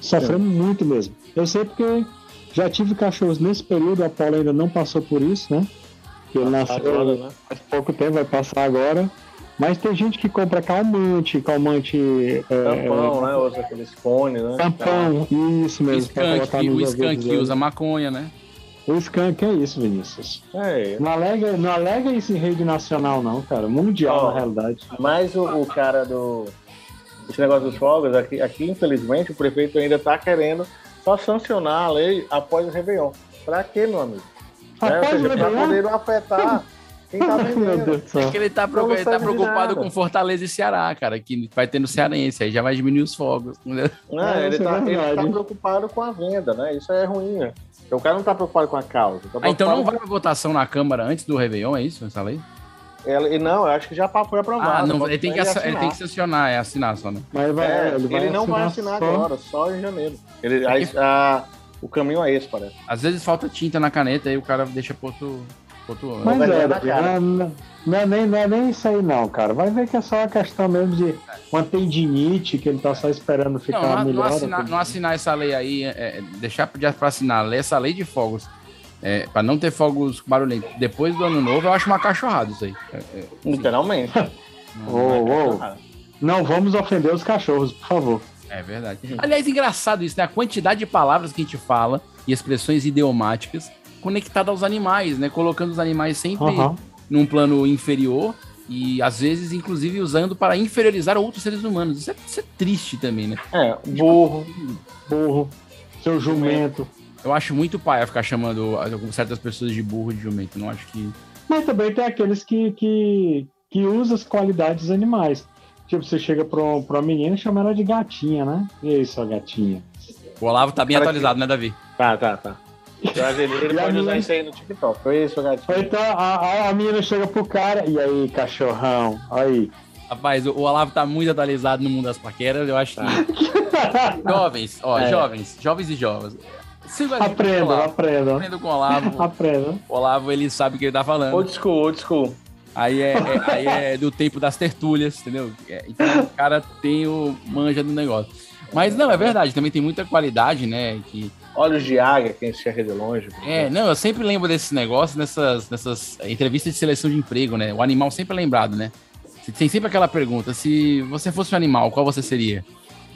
sofrendo muito mesmo. Eu sei porque já tive cachorros nesse período, a Paula ainda não passou por isso, né? Porque ele nasceu,
Agora, né?
faz pouco tempo, vai passar agora. Mas tem gente que compra calmante, calmante é,
Tampão, né? Usa aqueles cones, né?
tampão, isso
O
mesmo, pra
é skunk,
colocar
que-
nos
o
ouvidos
skunk
dele.
usa maconha, né?
O skunk é isso, Vinícius.
É,
Não alega, não alega esse rede nacional, não, cara. Mundial,
Ó.
na realidade.
Mas o, o cara do. Esse negócio dos fogos, aqui, aqui, infelizmente, o prefeito ainda está querendo só sancionar a lei após o Réveillon. Pra quê, meu amigo? Né? Ou
Rapaz,
seja,
vai
pra
ganhar?
poder não afetar
*laughs*
quem tá
Meu
vendendo.
Deus do céu.
Porque ele tá,
Eu
preocu-
não
ele tá
sabe de
preocupado
nada.
com Fortaleza e Ceará, cara, que vai ter no Cearense, aí já vai diminuir os fogos.
Né?
É,
ele,
isso é
tá, ele
verdade.
tá preocupado com a venda, né? Isso é ruim, né? Porque O cara não tá preocupado com a causa. tá
Ah, então não vai
preocupado
pra votação na Câmara antes do Réveillon, é isso, essa lei?
com- Ela- e não, eu acho que já foi aprovado.
Ah, não,
Falta
ele tem, que
ele
assa- ele
assinar.
tem que sancionar, é assinar só, né?
Mas vai,
É,
ele,
ele,
vai
não vai assinar
só-
agora, só em janeiro. Ele,
É
a- a- o caminho é esse, parece.
Às vezes falta tinta na caneta e o cara deixa pro outro. pro outro
Mas
Vai
é,
ganhar na cara.
não, não, é nem, não é nem isso aí, não, cara. Vai ver que é só a questão mesmo de uma tendinite que ele tá só esperando
Não,
ficar
não, não
melhor. assim.
assinar, não assinar essa lei aí, é, é, deixar pra- pra assinar essa lei de fogos É, pra não ter fogos barulhentos depois do ano novo, eu acho uma cachorrada isso aí. *laughs*
Literalmente.
Ô, ô. Não vamos ofender os cachorros, por favor.
É verdade. *laughs* Aliás, engraçado isso, né? A quantidade de palavras que a gente fala e expressões idiomáticas conectada aos animais, né? Colocando os animais sempre
Aham.
num plano inferior e às vezes, inclusive, usando para inferiorizar outros seres humanos. Isso é, isso é triste também, né?
É, burro,
burro, seu jumento.
Eu acho muito paia ficar chamando algumas- certas pessoas de burro e de jumento. Não acho que.
Mas também tem aqueles que, que, que usam as qualidades animais. Tipo, você chega pra, um- pra uma menina e chama ela de gatinha, né? E aí, sua gatinha?
O Olavo tá bem atualizado, né, Davi?
Tá, tá,
*laughs*
tá. Eu acho que Ele, ele pode usar isso aí no TikTok. Foi isso,
Ou
gatinho.
então a, a, a menina chega pro cara, e aí, cachorrão? Aí.
Rapaz, o o Olavo tá muito atualizado no mundo das paqueras. Eu acho que. jovens, ó,
É.
jovens, jovens e jovens. Siga a dica do
Aprendam,
Olavo.
aprendam.
Aprenda com o Olavo.
Aprendam.
O Olavo, ele sabe o que ele tá falando.
Old school, old school.
Aí é, é- aí é do tempo das tertúlias, entendeu? É, então o cara tem o manja do negócio. Mas não, é verdade, também tem muita qualidade, né? Que,
Olhos de águia, quem enxerga de longe.
é, não, eu sempre lembro desses negócios nessas, nessas entrevistas de seleção de emprego, né? O animal sempre é lembrado, né? Se- Tem sempre aquela pergunta: se você fosse um animal, qual você seria?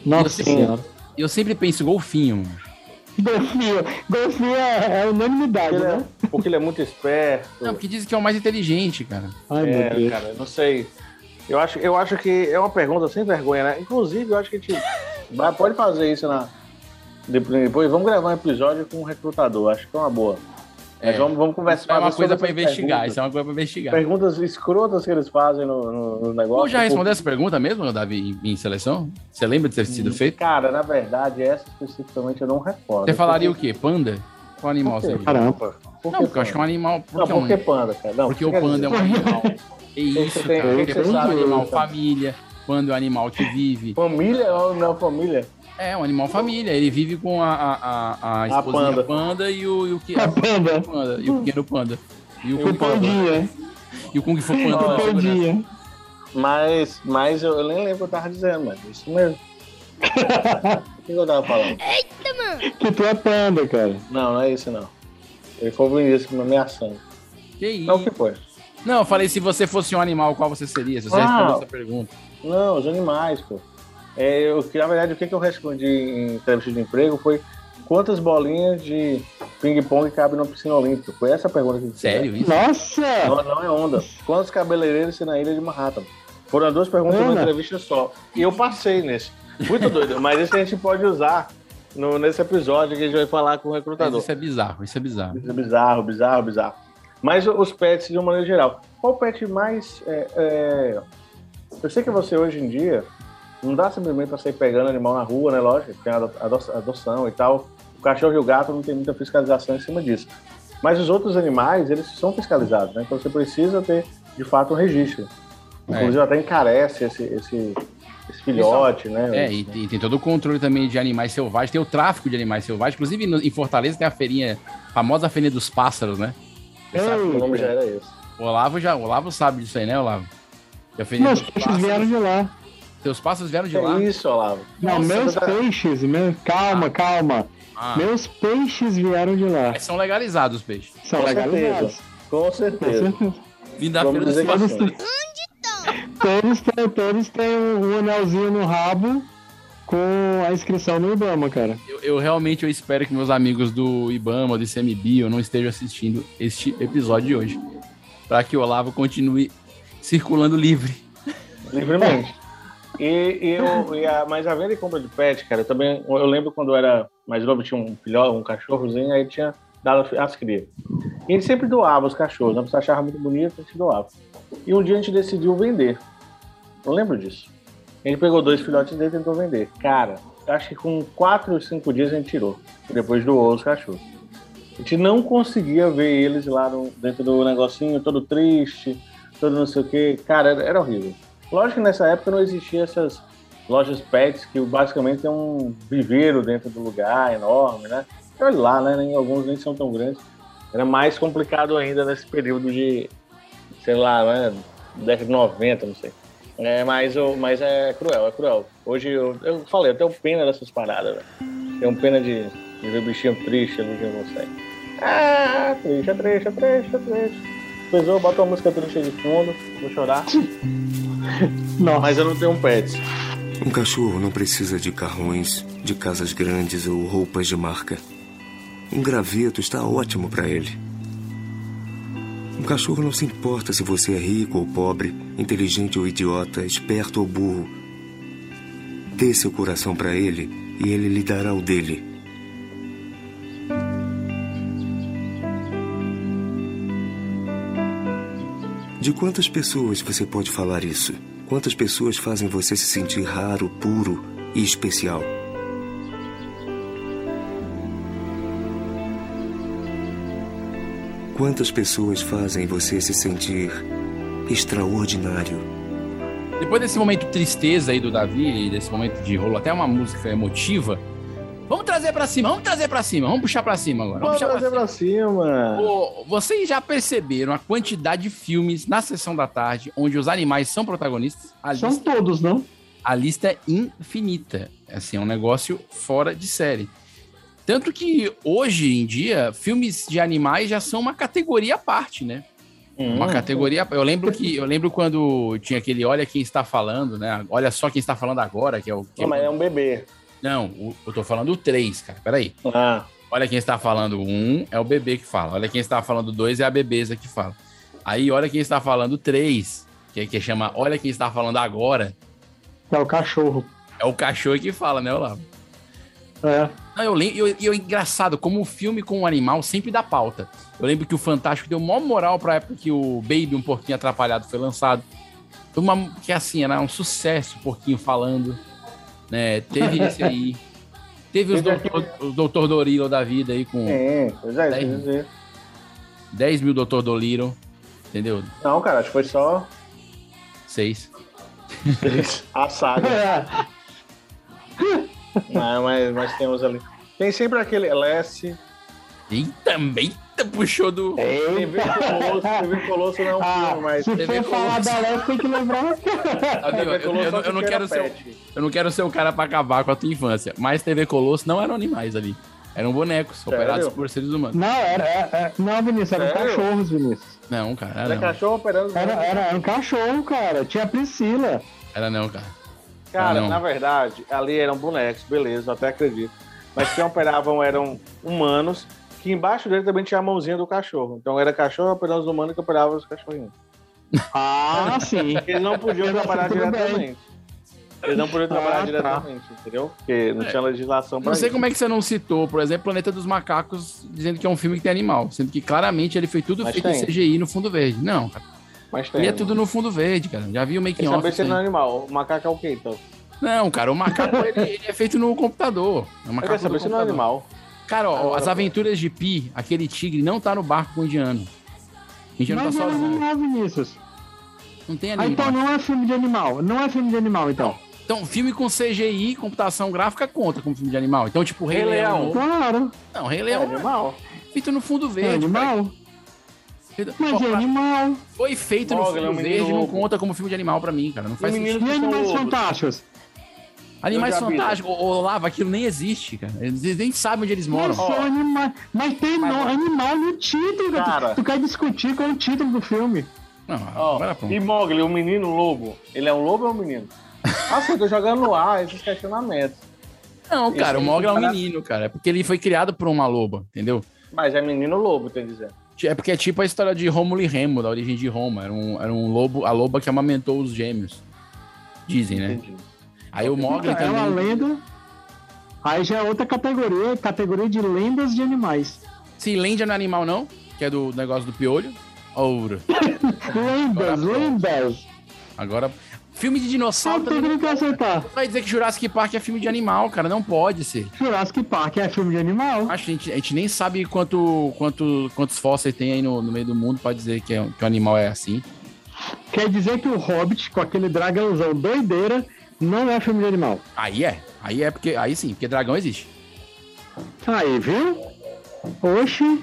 Nossa
Eu sempre-
senhora.
Eu sempre penso golfinho, mano.
Golfinho. Golfinho é, é unanimidade,
Ele é-
né?
Porque ele é muito esperto.
Não, porque dizem que é o mais inteligente, cara.
Ai, meu
É,
Deus.
cara, eu não sei. Eu acho, eu acho que é uma pergunta sem vergonha, né? Inclusive, eu acho que a gente vai- pode fazer isso na. Depois, depois vamos gravar um episódio com um recrutador, acho que é uma boa. Mas
É.
vamos, vamos
Isso
conversar
é uma
sobre
coisa
essas
pra investigar,
perguntas.
isso é uma coisa pra investigar.
Perguntas escrotas que eles fazem no, no- no negócio.
Ou já respondeu essa pergunta mesmo, Davi, em, em seleção? Você lembra de ter
Hum.
sido feito?
Cara, na verdade, essa especificamente eu não recordo.
Você falaria o quê? Panda? Qual animal
Por quê?
seria?
Caramba.
Por
Não, porque eu acho que é um animal. Porque,
Não,
é um-
por que panda, cara? Não,
porque o
quer
panda é um
dizer,
animal. É isso,
tem-
cara.
tem
Porque
que ser
panda é um
sabido,
animal
cara.
família. Panda é um animal que vive.
*laughs* Família ou não família?
É um animal família. Ele vive com a, a, a, a esposinha
Ah, panda.
panda. e o, e o que.
A É panda.
panda, E o pequeno É um panda. E o,
Eu
Kung,
O pandinha.
e o Kung Fu Panda.
Ó,
na
O
segurança.
pandinha.
Mas, mas eu, eu nem lembro o que eu tava dizendo, mas isso mesmo. o que eu tava falando?
Que tu é panda, cara.
Não, não é isso não. Ele foi o Vinícius que me ameaçando.
Que
Não, É o que
isso?
foi?
Não, eu falei se você fosse um animal, qual você seria? Se você
Ah.
respondeu essa pergunta.
Não, os animais, pô. É, eu, que, na verdade, o que, que eu respondi em entrevista de emprego foi quantas bolinhas de ping-pong cabem na piscina olímpica? Foi essa a pergunta que fizeram.
Sério isso?
Nossa!
Não, não é onda. Quantos cabeleireiros tem na ilha de Manhattan? Foram as duas perguntas numa
Ana.
entrevista só. E eu passei nesse. Muito doido. Mas isso a gente pode usar no- nesse episódio que a gente vai falar com o
Mas
recrutador.
isso é bizarro, isso é bizarro.
Isso é bizarro, bizarro, bizarro. Mas o- os pets de uma maneira geral. Qual pet mais. é, é, Eu sei que você hoje em dia não dá simplesmente pra sair pegando animal na rua, né? Lógico, tem ado- ado- adoção e tal. O cachorro e o gato não tem muita fiscalização em cima disso. Mas os outros animais, eles são fiscalizados, né? Então você precisa ter, de fato, um registro.
É.
Inclusive, até encarece esse, esse, esse filhote, né?
É, e, tem- tem todo o controle também de animais selvagens, tem o tráfico de animais selvagens. Inclusive, no- em Fortaleza tem a feirinha, a famosa feirinha dos pássaros, né? Você sabe-
O nome já é era esse.
O Olavo já, o Olavo sabe disso aí, né, Olavo? Que a feirinha
Meus
dos
peixes
pássaros-
vieram de lá.
Seus pássaros vieram de
É
lá?
isso, Olavo.
Não,
Nossa,
meus
tá-
peixes. Meu... Calma, calma.
Ah,
Meus peixes vieram de lá.
mas são legalizados os peixes.
São
Com
legalizados.
Com
Com
certeza.
certeza.
Vindo da
Vamos
feira do
dizer que
Cimano.
sim.
Todos têm, todos têm um, um anelzinho no rabo com a inscrição no Ibama, cara.
eu, eu realmente eu espero que meus amigos do Ibama, do ICMBio, não estejam assistindo este episódio de hoje. Pra que o Olavo continue circulando livre.
Livremente. E, e eu, e a, mas a venda e compra de pet, cara, eu também. Eu lembro quando eu era mais novo, tinha um filhó, um cachorrozinho, aí tinha dado as crias. E ele sempre doava os cachorros, né? Você achava muito bonito, a gente doava. E um dia a gente decidiu vender. Eu lembro disso. A gente pegou dois filhotes dele e tentou vender. Cara, eu acho que com quatro ou cinco dias a gente tirou. E depois doou os cachorros. A gente não conseguia ver eles lá no- dentro do negocinho, todo triste, todo não sei o quê. Cara, era- era horrível. Lógico que nessa época não existia essas lojas pets que basicamente é um viveiro dentro do lugar enorme, né? E Olha lá, né? Nem, alguns nem são tão grandes. Era mais complicado ainda nesse período de, sei lá, né? Década de 90, não sei. É, mas, o- mas é cruel, é cruel. Hoje eu, eu falei, eu tenho pena dessas paradas, velho. Tenho pena de, de ver bichinho triste ali que eu não sei. Ah, trecha, trecha, trecha, trecha. é Pessoal, bota uma música triste de fundo, vou chorar.
Não.
Mas eu não tenho um pet.
Um cachorro não precisa de carrões, de casas grandes ou roupas de marca. Um graveto está ótimo para ele. Um cachorro não se importa se você é rico ou pobre, inteligente ou idiota, esperto ou burro. Dê seu coração para ele e ele lhe dará o dele. De quantas pessoas você pode falar isso? Quantas pessoas fazem você se sentir raro, puro e especial? Quantas pessoas fazem você se sentir extraordinário?
Depois desse momento de tristeza aí do Davi, e desse momento de rolo, até uma música é emotiva. Vamos trazer pra cima, vamos trazer pra cima, vamos puxar pra cima agora.
Vamos
Vamos puxar pra
trazer pra cima.
Ô, vocês já perceberam a quantidade de filmes na sessão da tarde onde os animais são protagonistas? são
todos, não?
A lista é infinita. Assim, é um negócio fora de série. Tanto que hoje em dia, filmes de animais já são uma categoria à parte, né? Uma
Hum.
categoria. Eu lembro que eu lembro quando tinha aquele Olha quem está falando, né? Olha só quem está falando agora, que é o. Que
Não, mas é um bebê.
Não, o- eu tô falando o 3, cara. Peraí.
Ah.
Olha quem está falando um, é o bebê que fala. Olha quem está falando dois, é a bebeza que fala. Aí olha quem está falando três, que, que chama Olha quem está falando agora,
É o cachorro.
é o cachorro que fala, né, Olavo?
É.
Não, eu lembro, e eu- e eu, engraçado, como o filme com o animal sempre dá pauta. Eu lembro que o Fantástico deu maior moral pra época que o Baby, um porquinho atrapalhado, foi lançado. Foi Uma, que assim, era um sucesso o porquinho falando. Né? Teve esse aí. Teve os doutor, os doutor Dorilo da vida aí com.
É, pois é,
Dez-
quer dizer.
10 mil Doutor Doliro, entendeu?
Não, cara, acho que foi *laughs* só
Seis.
a saga.
*laughs*
Não, mas, mas tem uns ali. Tem sempre aquele LS.
E também puxou do.
É.
TV Colosso, TV Colosso não é um filme, mas.
Ah, Se for falar da Leste, tem que lembrar.
*laughs*
Ah, Diego, Eu, eu- eu- eu não quero ser, um o- eu não quero ser o cara pra acabar com a tua infância. Mas TV Colosso não eram animais ali. Eram bonecos, operados por seres humanos.
Não, era, era, era- não, Vinícius, eram
Sério?
cachorros, Vinícius.
Não, cara, era
Era
Ah, não.
É cachorro operando.
Era, era, era um cachorro, cara. Tinha a Priscila.
Era não, cara.
Cara,
Não.
na verdade, ali eram bonecos, beleza, eu até acredito. Mas quem operavam eram humanos, que embaixo dele também tinha a mãozinha do cachorro. Então era cachorro operando os humanos que operavam
*laughs*
os cachorrinhos.
Ah, *laughs* sim.
Eles não podiam trabalhar diretamente. Eles não podiam trabalhar
Ah, tá.
diretamente, entendeu? Porque não
É.
tinha legislação pra
Não sei
isso.
como é que você não citou, por exemplo, Planeta dos Macacos, dizendo que é um filme que tem animal. Sendo que claramente ele foi tudo
Mas
feito em
tem.
CGI no fundo verde. Não, cara.
Mas
Ele
tem.
é tudo no né? fundo verde, cara. Já vi o
Tem
making
saber
off.
se ele não é animal. O macaco é o quê, então?
Não, cara, o
*laughs*
macaco ele, ele é feito no computador. É um macaco
quero saber
do
se não é
computador.
animal.
Cara, ó,
Agora,
as aventuras de Pi, aquele tigre não tá no barco com o indiano. O indiano
Mas
tá
era
sozinho.
animal, Vinícius.
Não tem
Ah,
animal.
então não é filme de animal. Não é filme de animal, então.
Então, filme com CGI, computação gráfica, conta como filme de animal. Então, tipo, Rei,
Rei
Leão.
Leão.
Claro.
Não, Rei Leão.
É animal.
Feito no fundo
É
verde.
animal.
Feito-
Mas
Ó,
é
pra-
animal.
Foi feito no
Mogli, é
fundo
um menino
verde, não
lobo.
conta como filme de animal pra mim, cara. Não faz
Um menino
sentido.
E
que são
animais
lobos.
fantásticos?
Animais
Eu já vi.
fantásticos, ô, Olavo, aquilo nem existe, cara. Eles nem sabem onde eles moram.
Mas são animais. Mas tem no- animal no título,
Cara.
cara. Tu, tu quer discutir qual é o título do filme.
Não,
Ó,
agora pronto.
e Mogli, o menino lobo, ele é um lobo ou é um
*laughs*
menino? Nossa, eu tô jogando no ar esses questionamentos.
Não, cara, o Mogli é um
Cara-
menino, cara. É porque ele foi criado por uma loba, entendeu?
Mas é menino lobo, tem que dizer.
É porque é tipo a história de Rômulo e Remo, da origem de Roma. Era um, era um lobo, a loba que amamentou os gêmeos. Dizem, né?
Entendi.
Aí o Mogli
é uma
também.
lenda. Aí já é outra categoria, categoria de lendas de animais.
Se Lendia não é animal, não? Que é do negócio do piolho. Ouro.
Ah, Lendas, lendas.
Agora. Filme de dinossauro
Só tem
também.
que aceitar.
Vai dizer que Jurassic Park é filme de animal, cara. Não pode ser.
Jurassic Park é filme de animal.
Acho que a gente, a gente nem sabe quanto, quanto, quantos fósseis tem aí no, no meio do mundo pra dizer que, é, um- que o animal é assim.
Quer dizer que o Hobbit, com aquele dragãozão doideira, não é filme de animal.
Aí é. Aí é porque. Aí sim, porque dragão existe.
Aí, viu? Oxi.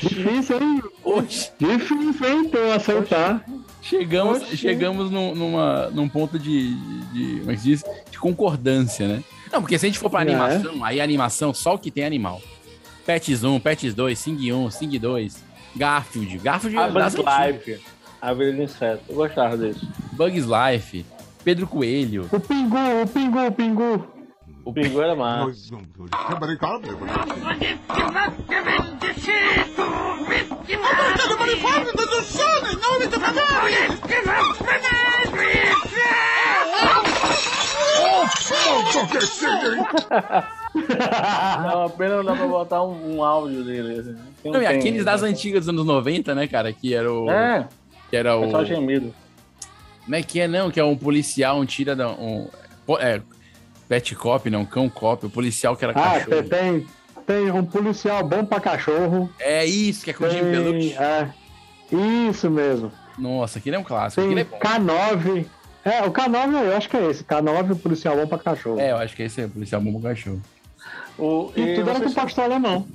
Difícil, hein?
Oxi.
Difícil, hein? Então, aceitar.
Chegamos, chegamos num, numa, num ponto de, de. Como é que se diz? De concordância, né? Não, porque se a gente for pra
É.
animação, aí a animação, só o que tem é animal. Pets 1, Pets 2, Sing 1, Sing 2, Garfield. Garfield
A Ah, Bug's
antigas.
Life. A Vida do Inseto. Eu gostava desse.
Bugs Life, Pedro Coelho.
O Pingu, o Pingu, o Pingu.
*laughs*
O Pingu era massa.
Ah,
Não, apenas É não dá pra botar um, um áudio dele. assim. Não,
Não, e
tem,
aqueles
né?
das antigas dos anos 90, né, cara? Que era o.
É.
Que era o.
É só gemido.
Como é que é, não? Que é um policial, um tira. da- Um, po- é, pet cop, não, cão cop. O policial que era
Ah,
cachorro.
tem, tem um policial bom pra cachorro.
É isso, que é com o Jim
Tem-
Belushi.
É, isso mesmo.
Nossa, aquele é um clássico.
Tem
Aquele é bom.
K9. É, o K9 eu acho que é esse. K9, o policial bom pra cachorro.
É, eu acho que esse é o policial bom pro cachorro.
O,
E tudo era com
vocês-
pastor alemão.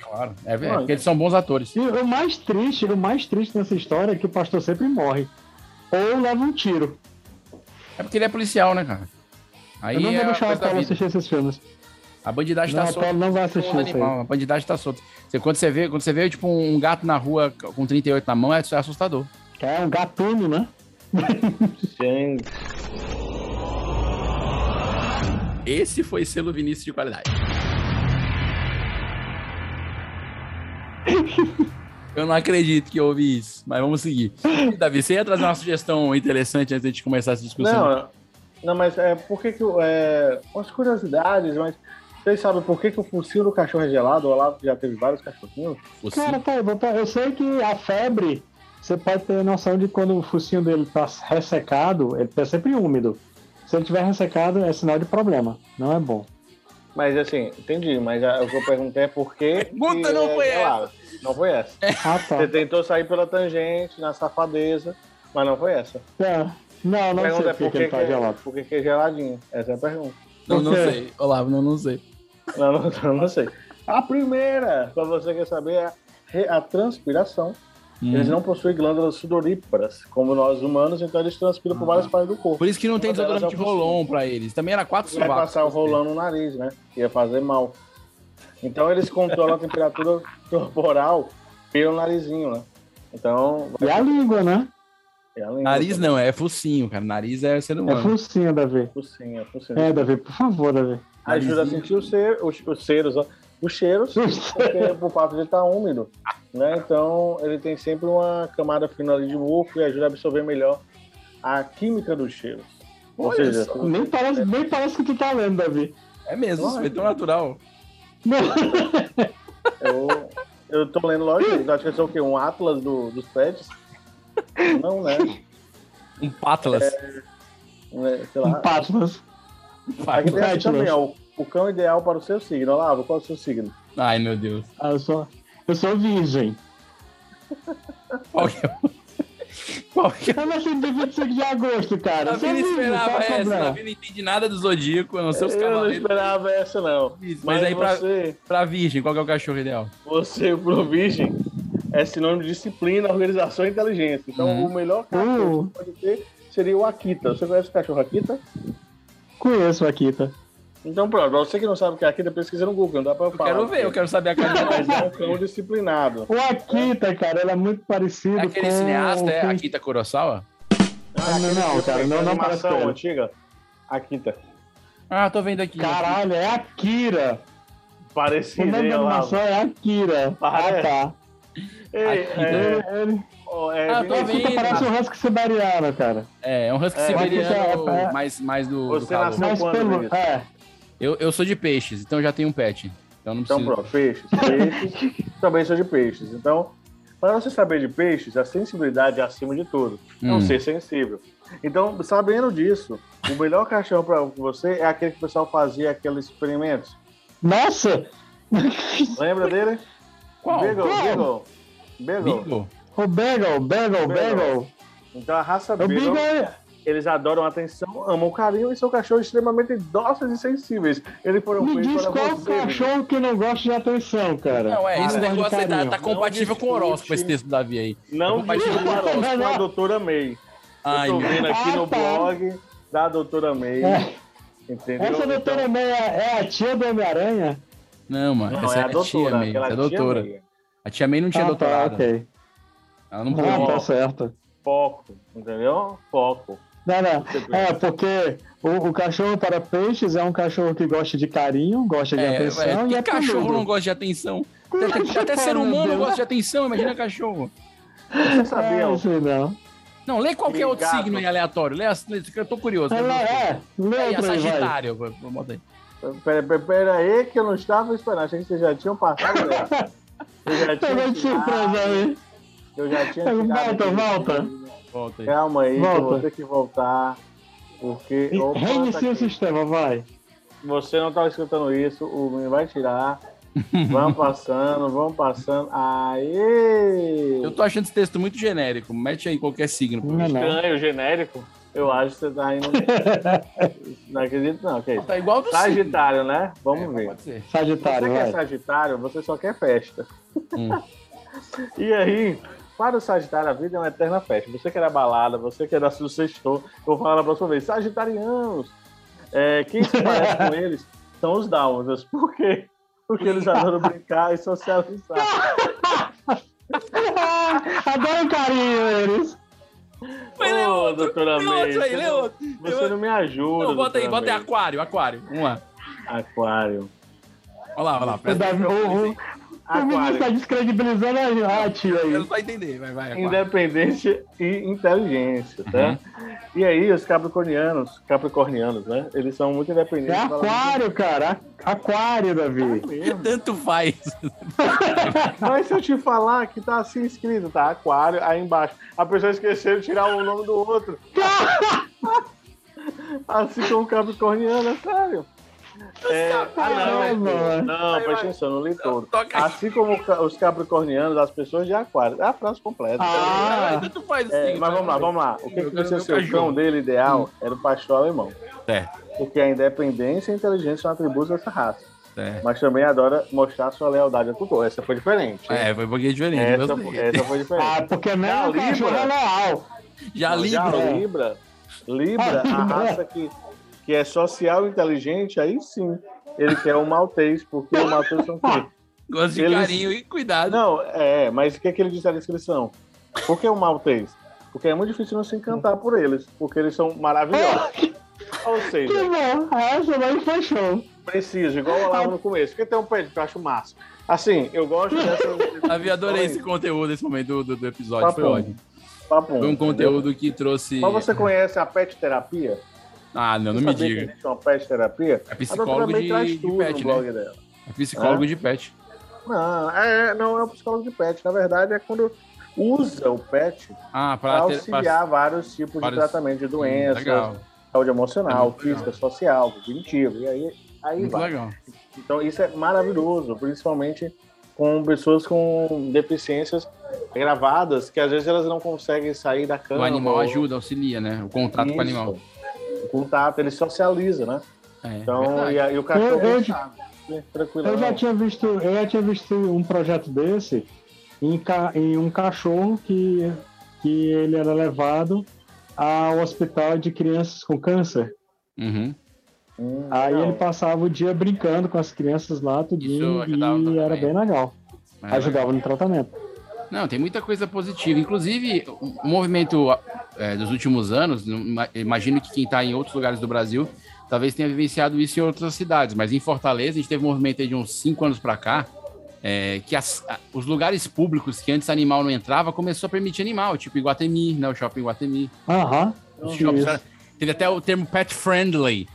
Claro. É, é,
Olha.
porque eles são bons atores.
E o mais triste, o mais triste nessa história é que o pastor sempre morre. Ou leva um tiro.
É porque ele é policial, né, cara? Aí
eu não
é
vou
a
deixar
coisa
a
da
Paula
vida.
assistir esses filmes.
A bandidagem
Não,
tá
a
solta.
Paula não vai assistir
Porra do
isso aí.
animal, A bandidagem tá solta. Você, quando você vê, quando você vê tipo, um gato na rua com 38 na mão, é assustador.
É um gatuno, né?
Gente.
Esse foi selo Vinícius de qualidade. *laughs* Eu não acredito que houve isso, mas vamos seguir. Davi, você ia trazer uma sugestão interessante antes de a gente começar essa discussão?
Não, não, mas é, por que que... o- É, umas curiosidades, mas... Vocês sabem por que que o focinho do cachorro é gelado? O Olavo já teve vários cachorrinhos.
Cara, tá, eu, vou pe- eu sei que a febre, você pode ter noção de quando o focinho dele tá ressecado, ele tá sempre úmido. Se ele tiver ressecado, é sinal de problema. Não é bom.
Mas assim, entendi, mas a- o que eu perguntei é por que.
Pergunta
que
não
é
foi
gelado. Não foi essa.
Ah,
*laughs*
tá.
Você tentou sair pela tangente, na safadeza, mas não foi essa.
É. Não,
A
não
pergunta
sei
é
por
por
que que
que,
ele
que,
tá gelado.
por que que é geladinho. Essa é a pergunta.
Não, não
por quê?
sei. Olavo, não, não sei.
Não, não, não, *laughs* não sei. A primeira, pra você que quer saber, é a re- a transpiração.
Hum.
Eles não possuem glândulas sudoríparas, como nós humanos, então eles transpiram
Ah.
por várias partes do corpo.
Por isso que não tem
Uma delas
desodorante
é o
rolon pra eles. Também era quatro
vai
sovacos.
é passar o rolão no nariz, né? Ia fazer mal. Então eles controlam a temperatura *laughs* corporal pelo narizinho, né? Então.
E a língua, né?
é a língua.
Nariz não, é focinho, cara. Nariz é ser
É
humano.
focinho, Davi.
Focinho, é focinho.
É, Davi, por favor, Davi.
Ajuda a sentir os cheiros, os, os cheiros, ó. Os
*laughs*
cheiros, porque por fato de estar úmido, né? Então ele tem sempre uma camada fina ali de muco e ajuda a absorver melhor a química dos cheiros. Ou
Olha
seja,
só, nem, parece, nem parece que tu tá lendo, Davi.
É mesmo, isso é tão natural.
*laughs*
eu, eu tô lendo lógico, acho que isso é o quê? Um Atlas do, dos pets? Não, né?
Um pátalas.
É, né, sei
Um
lá.
Patlas.
Aqui tem
Patlas.
aqui também, ó, o, o cão ideal para o seu signo. Olavo, qual é o seu signo?
Ai, meu Deus.
Ah, eu sou, eu sou virgem.
Qual que é? *laughs* Qual que é?
Eu nasci no dia 25 de agosto, cara. Eu tá
Davi
sou
não
virgem,
esperava
qual o
essa.
problema?
Davi não entende nada do zodíaco, a não ser os
eu não
cavaleiros.
esperava essa, não. Mas,
Mas, aí, pra,
você,
pra virgem, qual que é o cachorro ideal?
você pro virgem, é sinônimo de disciplina, organização e inteligência. Então,
Uhum.
o melhor cachorro
Uhum.
que pode ter seria o Akita. Você conhece o cachorro Akita?
Conheço a Kita.
Então, pronto, pra você que não sabe o que é Akita, pesquisa no Google, não dá pra eu
Eu
falar.
quero ver, eu quero saber a cara do
Mas é um
cachorro.
cão disciplinado.
O Akita, cara, ela é muito parecida
É
com...
aquele cineasta, é
com-
Akita Kurosawa?
Ah, não, não, cara, não, não parece
animação
com ela.
antiga, Akita.
Ah, tô vendo aqui.
Caralho, é Akira. O nome da
Parecido,
animação é Akira. Ah,
Parece.
tá.
é,
Ele, ele...
ó, é,
Ah, tô
Vinícius,
vendo.
Akita parece um husky siberiano, cara.
É, é um husky
É,
siberiano
você- é-
mais, mais do, do
Você
calor.
nasceu- São
Mas
quantos,
pelo...
Vinícius?
É.
Eu, eu sou de peixes, então eu já tenho um pet. Então não
Então,
preciso.
pronto, peixes. Peixes. também sou de peixes. Então, para você saber de peixes, a sensibilidade é acima de tudo. Não
Hum.
ser sensível. Então, sabendo disso, o melhor cachorro para você é aquele que o pessoal fazia aqueles experimentos.
Nossa! *laughs*
Lembra dele?
Qual?
Beagle,
Qual?
Beagle. Beagle.
Beagle?
O Beagle,
Beagle.
Beagle, Beagle.
Então, a raça
O
Beagle,
Beagle, é?
eles adoram atenção, amam o carinho e são cachorros extremamente dóceis e sensíveis. Eles foram
me
feitos
diz
para
qual
você. Vinícius.
cachorro que não gosta de atenção, cara.
Não, é,
Não
esse
gosta de
negócio aí tá,
carinho.
tá compatível com o horóscopo, esse texto do Davi aí.
Não
Mas-
diga o horóscopo com a doutora May.
Ai,
eu tô
meu
vendo aqui
Ah,
no
tá.
blog da doutora May.
É.
Entendeu?
Essa doutora
Então,
Meia é a tia do Homem-Aranha?
Não, mano.
Não,
essa
é
é
a
a,
doutora,
tia May.
aquela
Essa é a
tia
doutora.
May.
a tia May não tinha
Ah, tá,
doutorado.
ok.
Ela não
Ah,
pôde.
tá
certo.
Foco, entendeu? Foco.
Não, não. É, porque o, o cachorro para peixes é um cachorro que gosta de carinho, gosta de
É,
atenção
ué,
e
que
é
cachorro
peludo.
não gosta de atenção? Até, até- até ser
Meu
humano
Deus.
gosta de atenção, imagina cachorro.
Você sabia? É, Não sei não.
Não, lê qualquer outro
Gato.
signo aí aleatório. Lê as letras, que eu tô curioso.
É, é, lê
Aí,
outra aí, vai.
Sagitário. vou- vou botar aí.
Pera, pera, pera aí, que eu não estava esperando. Achei que vocês já tinham passado.
*laughs*
dessa. Eu já
Pegou de surpresa aí.
Eu já tinha tirado
Volta,
aqui.
volta.
Volta aí.
Calma aí, que eu vou
Volta.
ter que voltar. Porque. Opa, tá
Reinicia o
aqui.
sistema, vai.
Você não estava escutando isso, o menino
*laughs*
vai tirar. Vamos passando, vamos passando. Aê!
Eu tô achando esse texto muito genérico. Mete aí qualquer signo.
Não,
Estranho, genérico. Eu acho que você
*laughs*
tá indo. não acredito, não. Que é isso?
Tá igual do
Sagitário, né?
É,
Vamos ver.
Sagitário,
Você que é
vai.
Sagitário, você só quer festa.
Hum.
*laughs* E aí, para o Sagitário, a vida é uma eterna festa. Você quer a balada, você quer dar seu sextou, eu vou falar na próxima vez. Sagitarianos! É, quem se
*laughs*
parece com eles são os dálmatas. Por quê? Porque eles adoram brincar e
Ah,
socializar.
*laughs* Adoro carinho eles.
Ô, doutora
lê
May,
é outro aí,
você
lê
não-
outro.
Você não me ajuda.
Não, bota aí,
doutora
bota aí
May.
aquário, aquário. Vamos lá.
Aquário.
Olha lá, olha lá.
O,
presta-
Davi- o- o- o menino está descredibilizando a a tia
Eu não
aí.
vai entender, vai, vai. aquário.
Independência e inteligência, tá? E aí, os capricornianos, capricornianos, né? Eles são muito
É
independentes. falam
aquário, cara. Aquário, Davi.
mesmo.
Tanto faz.
Mas se eu te falar que tá assim escrito, tá? Aquário, aí embaixo. A pessoa esqueceu de tirar o nome do
*laughs*
outro. assim como Capricorniano, é sério. É, ah,
Caramba,
não,
tá mano.
não, presta atenção, não li todo. Assim como ca- os capricornianos, as pessoas de aquário. É a frase completa.
*laughs*
Ah,
Tanto faz
É,
assim.
mas vamos lá, vamos lá. O que, que
Eu quero
precisa
ver o
ser o
cachorro.
cão dele ideal era o pastor alemão.
Certo,
Porque a independência e a inteligência são atributos dessa raça.
certo.
Mas também adora mostrar sua lealdade a tutor. Essa foi diferente.
É, foi um pouquinho diferente.
Essa,
gostei.
essa foi diferente.
Ah, porque nem
Já
o cachorro
Libra.
é leal.
Já
Não,
li,
já
bro.
Libra, Libra,
Ah,
a raça que, que é social e inteligente, aí sim. Ele quer um maltês, porque o maltês são o quê?
Gosto de
Eles-
carinho e cuidado.
Não, é, mas o que, é que ele diz na descrição? Por que um maltês? Porque é muito difícil não se encantar por eles, porque eles são maravilhosos. Ou
Que
seja,
bom. Essa daí foi show.
preciso, igual eu falava no começo. Porque tem um peito que eu acho massa. Assim, eu gosto dessa. Então,
Davi, adorei esse conteúdo, esse momento do, do- do episódio.
Papo.
Foi ótimo.
papo.
Foi um conteúdo que trouxe.
tá Mas você conhece a pet terapia?
Ah, não, não me
Sabia
diga.
que existe uma pet terapia?
É
a doutora
psicólogo
May
de,
traz
de
tudo
pet,
no
né?
blog dela.
É psicólogo
Hã?
de pet.
Não, é, não é um psicólogo de pet. Na verdade, é quando usa o pet
Ah,
para
pra, ter,
auxiliar
pra...
vários tipos
vários- Hum,
de tratamento de doenças,
Legal.
saúde
É
emocional,
muito
física, social, cognitivo. E aí, aí
Muito
vai.
legal.
Então, isso é maravilhoso, principalmente com pessoas com deficiências gravadas, que às vezes elas não conseguem sair da
O
cama.
animal
ou-
ajuda, auxilia, né? O contato com o
Então, Isso.
animal.
O contato, ele socializa, né?
É,
Então,
verdade.
e, aí o cachorro
Eu- eu-
sabe, né? tranquilo.
Eu já tinha visto, eu já tinha visto um projeto desse em, ca- em um cachorro que, que ele era levado ao hospital de crianças com câncer.
Uhum.
Hum,
Aí
não.
ele passava o dia brincando com as crianças lá, tudinho,
Isso ajudava no
e era bem
tratamento.
legal.
É,
ajudava no tratamento.
Não, tem muita coisa positiva. Inclusive, o o movimento é, dos últimos anos, não- ima- imagino que quem está em outros lugares do Brasil talvez tenha vivenciado isso em outras cidades, mas em Fortaleza a gente teve um movimento aí de uns cinco anos para cá, é, que as- a- os lugares públicos que antes animal não entrava começou a permitir animal, tipo Iguatemi, né, o shopping Iguatemi.
Aham.
Os
isso.
shoppings- Teve até o termo pet friendly,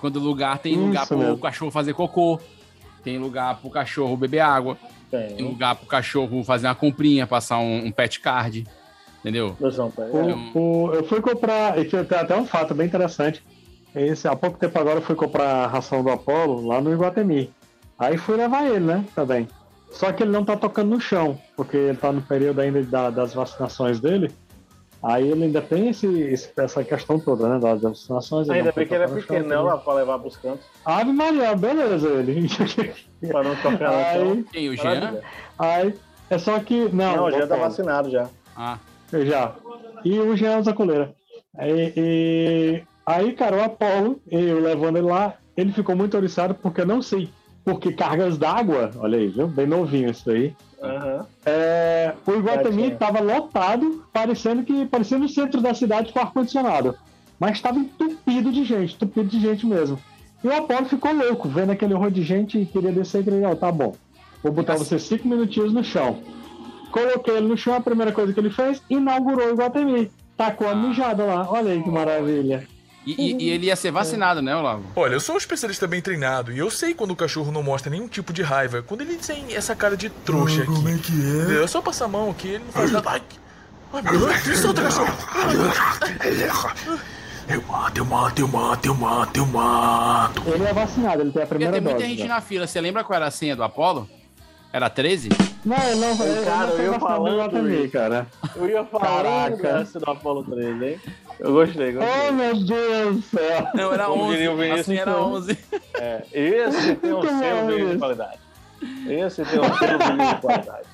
quando o lugar tem
Isso
lugar para o
mesmo.
cachorro fazer cocô, tem lugar para o cachorro beber água. Tem
Tem.
lugar pro cachorro fazer uma comprinha, passar um, um pet card. Entendeu?
Mas não, pera-
O- o- eu fui comprar, e tem até um fato bem interessante. Esse, há pouco tempo agora eu fui comprar a ração do Apolo lá no Iguatemi. Aí fui levar ele, né? Também. Só que ele não tá tocando no chão, porque ele tá no período ainda da- das vacinações dele. Aí ele ainda tem esse, esse- essa questão toda, né? Das vacinações. ele
Ainda
não foi
bem que ele é
tocar no chão,
pequenão
tudo.
lá pra levar pros cantos,
Ave Maria, beleza ele.
pra não tocar na
aí,
chão.
Quem? O Jean?
Maravilha.
aí, é só que. Não,
Não, o Jean tá
Apolo.
vacinado já.
Ah,
Eu já. E o Jean usa coleira. E, e- Aí, cara, o Apolo, eu levando ele lá, ele ficou muito oriçado porque eu não sei Porque cargas d'água, olha aí, viu? Bem novinho isso aí.
Ah.
Aham.
É, o Iguatemi
Certinho.
estava lotado, parecendo que parecendo o centro da cidade com ar-condicionado. Mas estava entupido de gente, entupido de gente mesmo. E o Apolo ficou louco, vendo aquele horror de gente e queria descer e queria, "Não, tá bom. Vou botar você cinco minutinhos no chão. Coloquei ele no chão, a primeira coisa que ele fez, inaugurou o Iguatemi. Tacou
Ah.
a mijada lá. Olha aí que maravilha.
E, e- e ele ia ser vacinado, né, Olavo?
Olha, eu sou um especialista bem treinado e eu sei quando o cachorro não mostra nenhum tipo de raiva. Quando ele tem essa cara de trouxa aqui.
Como é que é?
Eu só passo a mão aqui, ele não faz nada. Ai, que- ai meu Deus, me solta, cachorro!
Eu mato, eu mato, eu mato, eu mato, eu mato.
Ele é vacinado, ele tem a
Porque
primeira
tem muita
dose. né?
gente
já.
na fila. Você lembra qual era a senha do Apolo? Era 13?
Não, ele não, ele
Cara,
não foi
eu
vacinado
falando,
lá também,
Luiz.
cara.
Eu ia falar
Caraca.
essa do Apollo 13, hein? É, Eu gostei, gostei.
Oh, meu Deus do céu.
Não, era
Como
11.
diria o Vinícius,
Assim era 11.
É, esse tem um
Muito
selo
bom,
de
Vinícius.
qualidade. Esse tem um selo
*laughs*
de qualidade.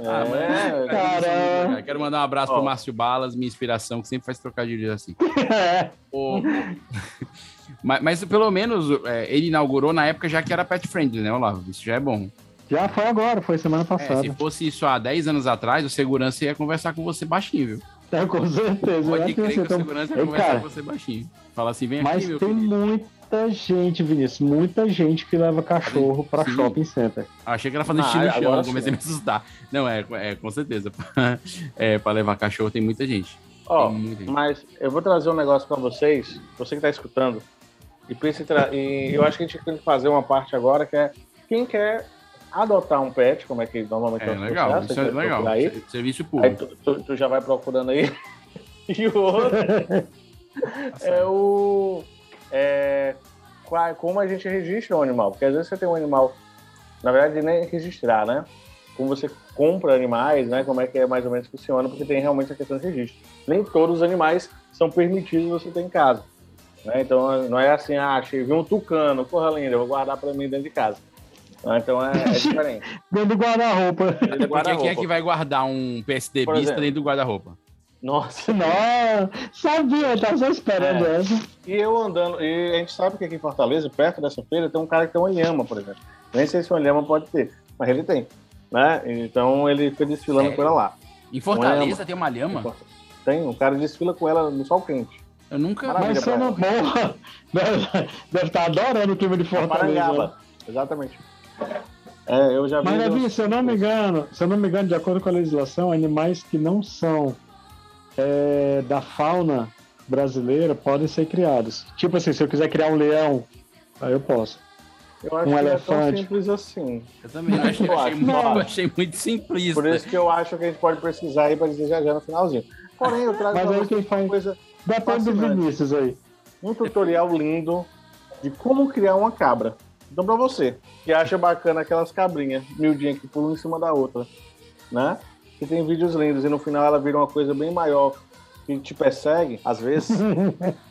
Ah, mas-
É,
Cara, Quero mandar um abraço pro Márcio Balas, minha inspiração, que sempre faz trocadilhos
*laughs*
assim. O- mas, mas pelo menos é, ele inaugurou na época já que era pet friendly, né, Olavo? Isso já é bom.
Já foi agora, foi semana
É,
passada.
se fosse isso há 10 anos atrás, o segurança ia conversar com você baixinho, viu?
É, com
Pode
certeza. eu acho
crer que
você
o
tá-
segurança ia
Ei,
conversar
cara,
com você baixinho. Fala assim, vem
Mas
aqui, meu
tem
filho.
muita gente, Vinícius, muita gente que leva cachorro pra
Sim.
shopping center.
Achei que era fazendo
Ah,
xixi no
agora
chão,
sim.
comecei a me assustar. Não, é, é com certeza. *laughs* é, pra levar cachorro tem muita gente.
Ó,
Tem muita gente.
mas eu vou trazer um negócio pra vocês, você que tá escutando, e, pensa em tra- e eu acho que a gente tem que fazer uma parte agora que é quem quer adotar um pet, como é que normalmente
É
o
legal,
processo,
isso é
a gente vai
legal.
procurar aí.
Ser- Serviço
Aí
público.
tu, tu- tu já vai procurando aí. *laughs* E o outro
*laughs*
é o. É, qua- como a gente registra um animal. Porque às vezes você tem um animal. Na verdade, nem registrar, né? Como você compra animais, né? Como é que é mais ou menos funciona, porque tem realmente a questão de registro. Nem todos os animais são permitidos você ter em casa. né? Então não é assim, ah, achei, vi um tucano, porra linda, eu vou guardar pra mim dentro de casa. né? Então é, é diferente.
*laughs*
Dentro do guarda-roupa. *laughs*
Dentro
Porque quem é
do guarda-roupa.
que vai guardar um
Por
PSDBista
exemplo.
dentro do guarda-roupa? *laughs*
*laughs*
Nossa.
Não, sabia, eu tava só esperando
É.
essa.
E eu andando, e a gente sabe que aqui em Fortaleza, perto dessa feira, tem um cara que tem um lhama, por exemplo. Nem sei se um lhama pode ter, mas ele tem. Né? Então ele fica desfilando
Sério?
com ela lá.
Em
Um
Fortaleza
lhama.
tem uma lhama?
Tem, um cara desfila com ela no sol quente.
Eu nunca.
Mas você não morra. *laughs* Deve- Deve estar adorando o clima de
Tá
Fortaleza. né?
Parangaba. Exatamente. É, eu
tá
já vi.
Mas,
uns-
Davi, se eu não me engano, se eu não me engano, de acordo com a legislação, animais que não são é, da fauna brasileira podem ser criados. Tipo assim, se eu quiser criar um leão, aí eu posso.
Eu acho que
um
não é tão
elefante.
simples assim.
Eu também não achei,
Eu
achei
acho.
muito,
Não.
eu achei muito simplista.
Por isso que eu acho que a gente pode pesquisar aí pra dizer já já no finalzinho. Porém, eu trago
Mas
pra
aí
vocês
quem
uma coisa
Depende do
fascinante.
Vinícius aí.
um tutorial lindo de como criar uma cabra. Então, pra você que acha bacana aquelas cabrinhas miudinhas que pulam em cima da outra, né? Que tem vídeos lindos e no final ela vira uma coisa bem maior que te persegue, às
*laughs*
vezes.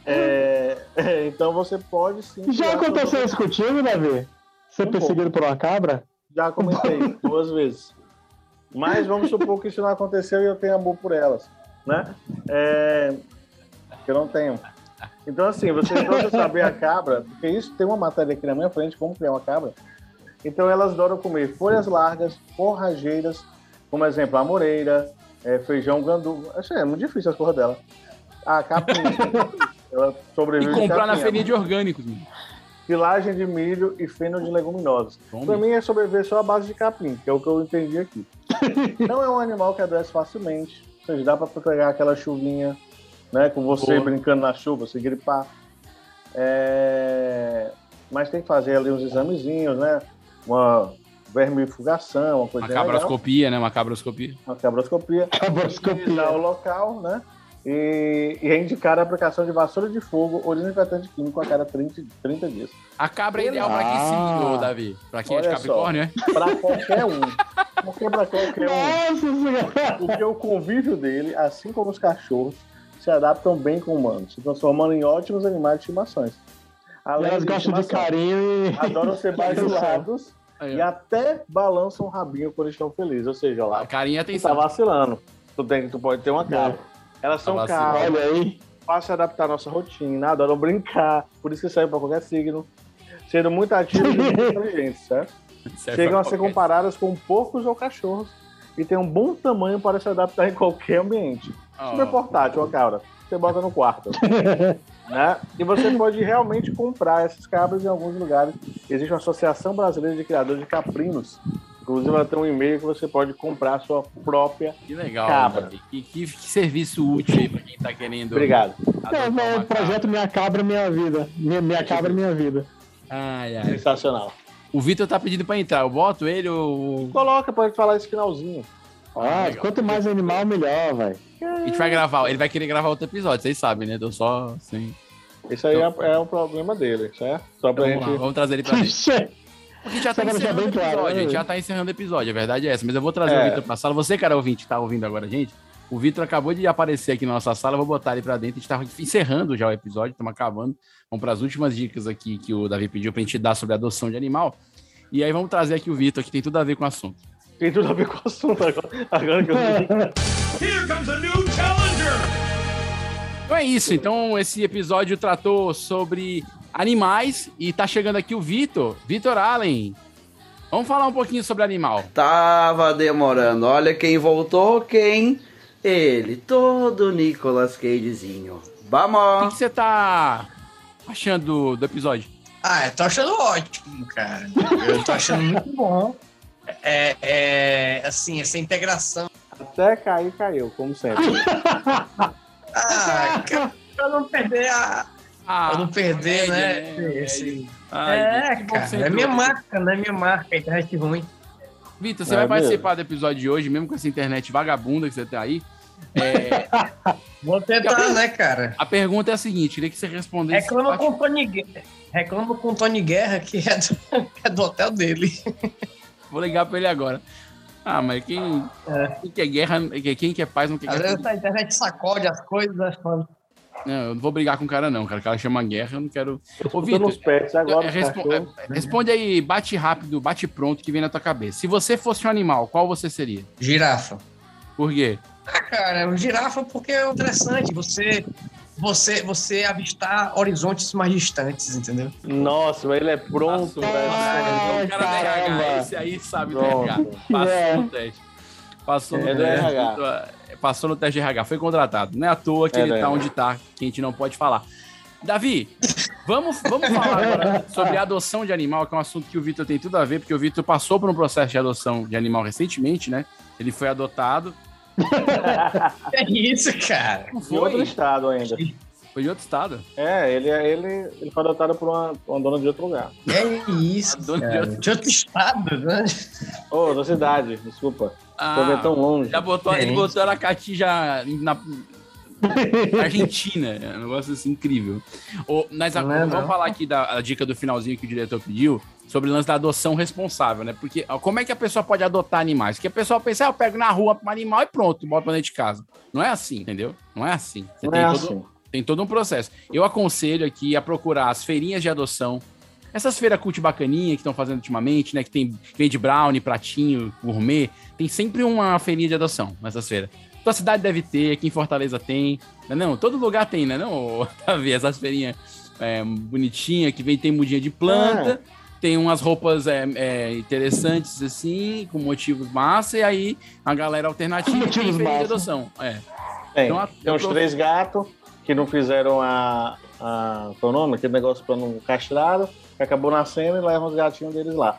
É, é, então você pode sim.
Já
criar
aconteceu
um-
isso contigo, Davi? Ser perseguido por uma cabra? *laughs*
Já comentei
*laughs*
duas vezes. Mas vamos supor que isso não aconteceu e eu tenho amor por elas, né? É, que eu não tenho. Então, assim, você precisa saber a cabra, porque isso tem uma matéria aqui na minha frente, como criar uma cabra. Então, elas adoram comer folhas largas, forrageiras, como exemplo, a moreira, é, feijão gandu. Acho que é muito difícil as porra dela. A
*laughs*
capim. ela
E
sobrevive de
comprar na
capim, é
feirinha de orgânicos, mano.
pilagem de milho e feno de leguminosas. Pra mim é sobreviver só à base de capim, que é o que eu entendi aqui. Não é um animal que adoece facilmente, ou seja, dá pra pegar aquela chuvinha, né, com você
Boa.
brincando na chuva, se gripar. É, Mas tem que fazer ali uns examezinhos, né, uma vermifugação, uma coisa
Uma cabroscopia, né? Uma cabroscopia.
uma cabroscopia, analisar o local, né? E, e é indicada a aplicação de vassoura de fogo ou desinfetante químico a cada 30, 30 dias.
A cabra é ideal pra que signo, Davi? Pra quem é de
Olha só,
Capricórnio, né?
Pra qualquer um. Porque pra
é
qualquer um.
Né? um.
Porque o convívio dele, assim como os cachorros, se adaptam bem com humanos, se transformando em ótimos animais de estimações. Além
Elas gostam de
estimação,
carinho e.
Adoram ser bajulados
Aí, ó.
e até balançam o rabinho quando estão felizes. Ou seja, lá.
Carinha
Tu
atenção.
tá vacilando. Tu, tem, tu pode ter uma cabra.
É.
Elas são é
Tá vacilando.
cabras.
*laughs* Olha aí.
Fácil de adaptar à nossa rotina, adoram brincar. Por isso que saem pra qualquer signo. sendo muito ativos e
*laughs*
muito inteligentes, certo?
Serve pra
Chegam a ser
qualquer-
comparadas com porcos ou cachorros e têm um bom tamanho para se adaptar em qualquer ambiente.
Ah.
Super portátil, ó, cabra. Você bota
*laughs*
no quarto. né? E você pode realmente comprar essas cabras em alguns lugares. Existe uma associação brasileira de criadores de caprinos. Inclusive, ela tem um e-mail que você pode comprar a sua própria
Que legal,
cabra.
Davi. E que, que serviço útil aí pra quem tá querendo.
Obrigado.
adotar
É, é
uma
o projeto Minha Cabra Tipo Minha Vida. Minha, minha Cabra Minha Vida.
Ai, ai.
Sensacional.
O Vitor tá pedindo pra entrar. Eu boto ele ou.
Coloca, pode falar esse finalzinho.
Ah,
Ah,
legal.
quanto mais animal, melhor, velho.
A gente vai gravar. Ele vai querer gravar outro episódio, vocês sabem, né? Então só. Sim.
Isso aí é, é um problema dele, certo? Só pra
Então. vamos, lá,
*laughs* gente.
vamos trazer ele pra
*laughs*
mim. Porque já
Só
tá
pra deixar
encerrando o
bem claro,
episódio,
né,
gente. Já
gente?
tá encerrando o episódio, a verdade é essa. Mas eu vou trazer
É.
o Vitor pra sala. Você, cara ouvinte, que tá ouvindo agora, a gente. O Vitor acabou de aparecer aqui na nossa sala, eu vou botar ele pra dentro. A gente tava encerrando já o episódio, estamos acabando. Vamos pras últimas dicas aqui que o Davi pediu pra gente dar sobre adoção de animal. E aí vamos trazer aqui o Vitor, que tem tudo a ver com o assunto.
Tem tudo a ver com o assunto agora, agora que eu
*laughs*
Here comes a new challenger!
Então é isso. Então esse episódio tratou sobre animais e tá chegando aqui o Vitor, Vitor Allen. Vamos falar um pouquinho sobre animal.
Tava demorando. Olha quem voltou, quem? Ele, todo Nicolas Cagezinho. Vamos! O que
você tá achando do episódio?
Ah, eu tô achando ótimo, cara. Eu tô achando muito bom. É, é, assim, essa integração.
Até cair, caiu, como sempre.
Ah, cara, pra não perder a. pra não perder, né? esse-
Ai,
é,
Ah, que bom que
cara,
você
é
entrou,
minha
Vitor.
marca, né? Minha marca, a internet ruim.
Vitor, você vai participar do episódio de hoje, mesmo com essa internet vagabunda que você tem aí.
*laughs*
É,
Vou tentar, né, cara?
a pergunta é a seguinte, queria que você respondesse.
Reclama com o Tony Guerra. Reclama com o Tony Guerra, que é do, *laughs* é do hotel dele.
Vou ligar pra ele agora. Ah, mas quem, quem quer guerra, quem quer paz não quer
É. Às
guerra.
vezes a internet sacode as coisas, né? Fala,
Não, eu não vou brigar com o cara, não, cara. O cara chama guerra, eu não quero. Ô, Vitor,
nos pets agora,
é,
os
respo-
cachorros.
né?
é, responde aí, bate rápido, bate pronto, que vem na tua cabeça. Se você fosse um animal, qual você seria?
Girafa.
Por quê?
Ah, cara, o girafa porque é interessante você você você avistar horizontes mais distantes, entendeu?
Nossa, mas ele é pronto, velho.
o é um cara da RH, esse aí sabe né, do
Pronto.
RH. Passou
É.
no teste. Passou no
É do
teste. Então, é,
RH.
Passou no teste de RH. Foi contratado. Não é à toa que
É
ele
do
tá
RH.
onde tá, que a gente não pode falar. Davi, vamos, vamos falar
*laughs*
agora sobre a adoção de animal, que é um assunto que o Vitor tem tudo a ver, porque o Vitor passou por um processo de adoção de animal recentemente, né? Ele foi adotado.
*laughs* É isso, cara.
De outro estado ainda.
Foi de outro estado?
É, ele, ele, ele foi adotado por uma, uma dona de outro lugar.
É isso.
cara.
De outro estado, né?
Ô, da cidade, desculpa.
Ah,
Tô vendo tão longe.
Já botou, ele
É.
botou Aracati já na Argentina. É um negócio assim incrível. Ô, mas a-
Não é,
vamos
não.
falar aqui da a dica do finalzinho que o diretor pediu sobre o lance da adoção responsável, né? Porque ó, como é que a pessoa pode adotar animais? Porque a pessoa pensa, ah, eu pego na rua um animal e pronto, boto pra dentro de casa. Não é assim, entendeu? Não é assim. Você
Não
tem
é
todo-
assim.
tem todo um processo. Eu aconselho aqui a procurar as feirinhas de adoção. Essas feiras cult bacaninha que estão fazendo ultimamente, né? Que tem vende brownie, pratinho, gourmet. Tem sempre uma feirinha de adoção nessas feiras. Tua cidade deve ter, aqui em Fortaleza tem. Não, é não todo lugar tem, né? Não, *laughs* Davi, essas feirinhas é, bonitinhas que vem, tem mudinha de
É.
planta. Tem umas roupas é, é, interessantes, assim, com motivos massa. E aí, a galera alternativa tem
Motivos
feirinha de
massa.
adoção. É.
Tem,
Então, a-
tem uns
eu tô-
três gatos que não fizeram a. a qual é o nome? Aquele negócio pra não castraram, que acabou nascendo e levam os gatinhos deles lá.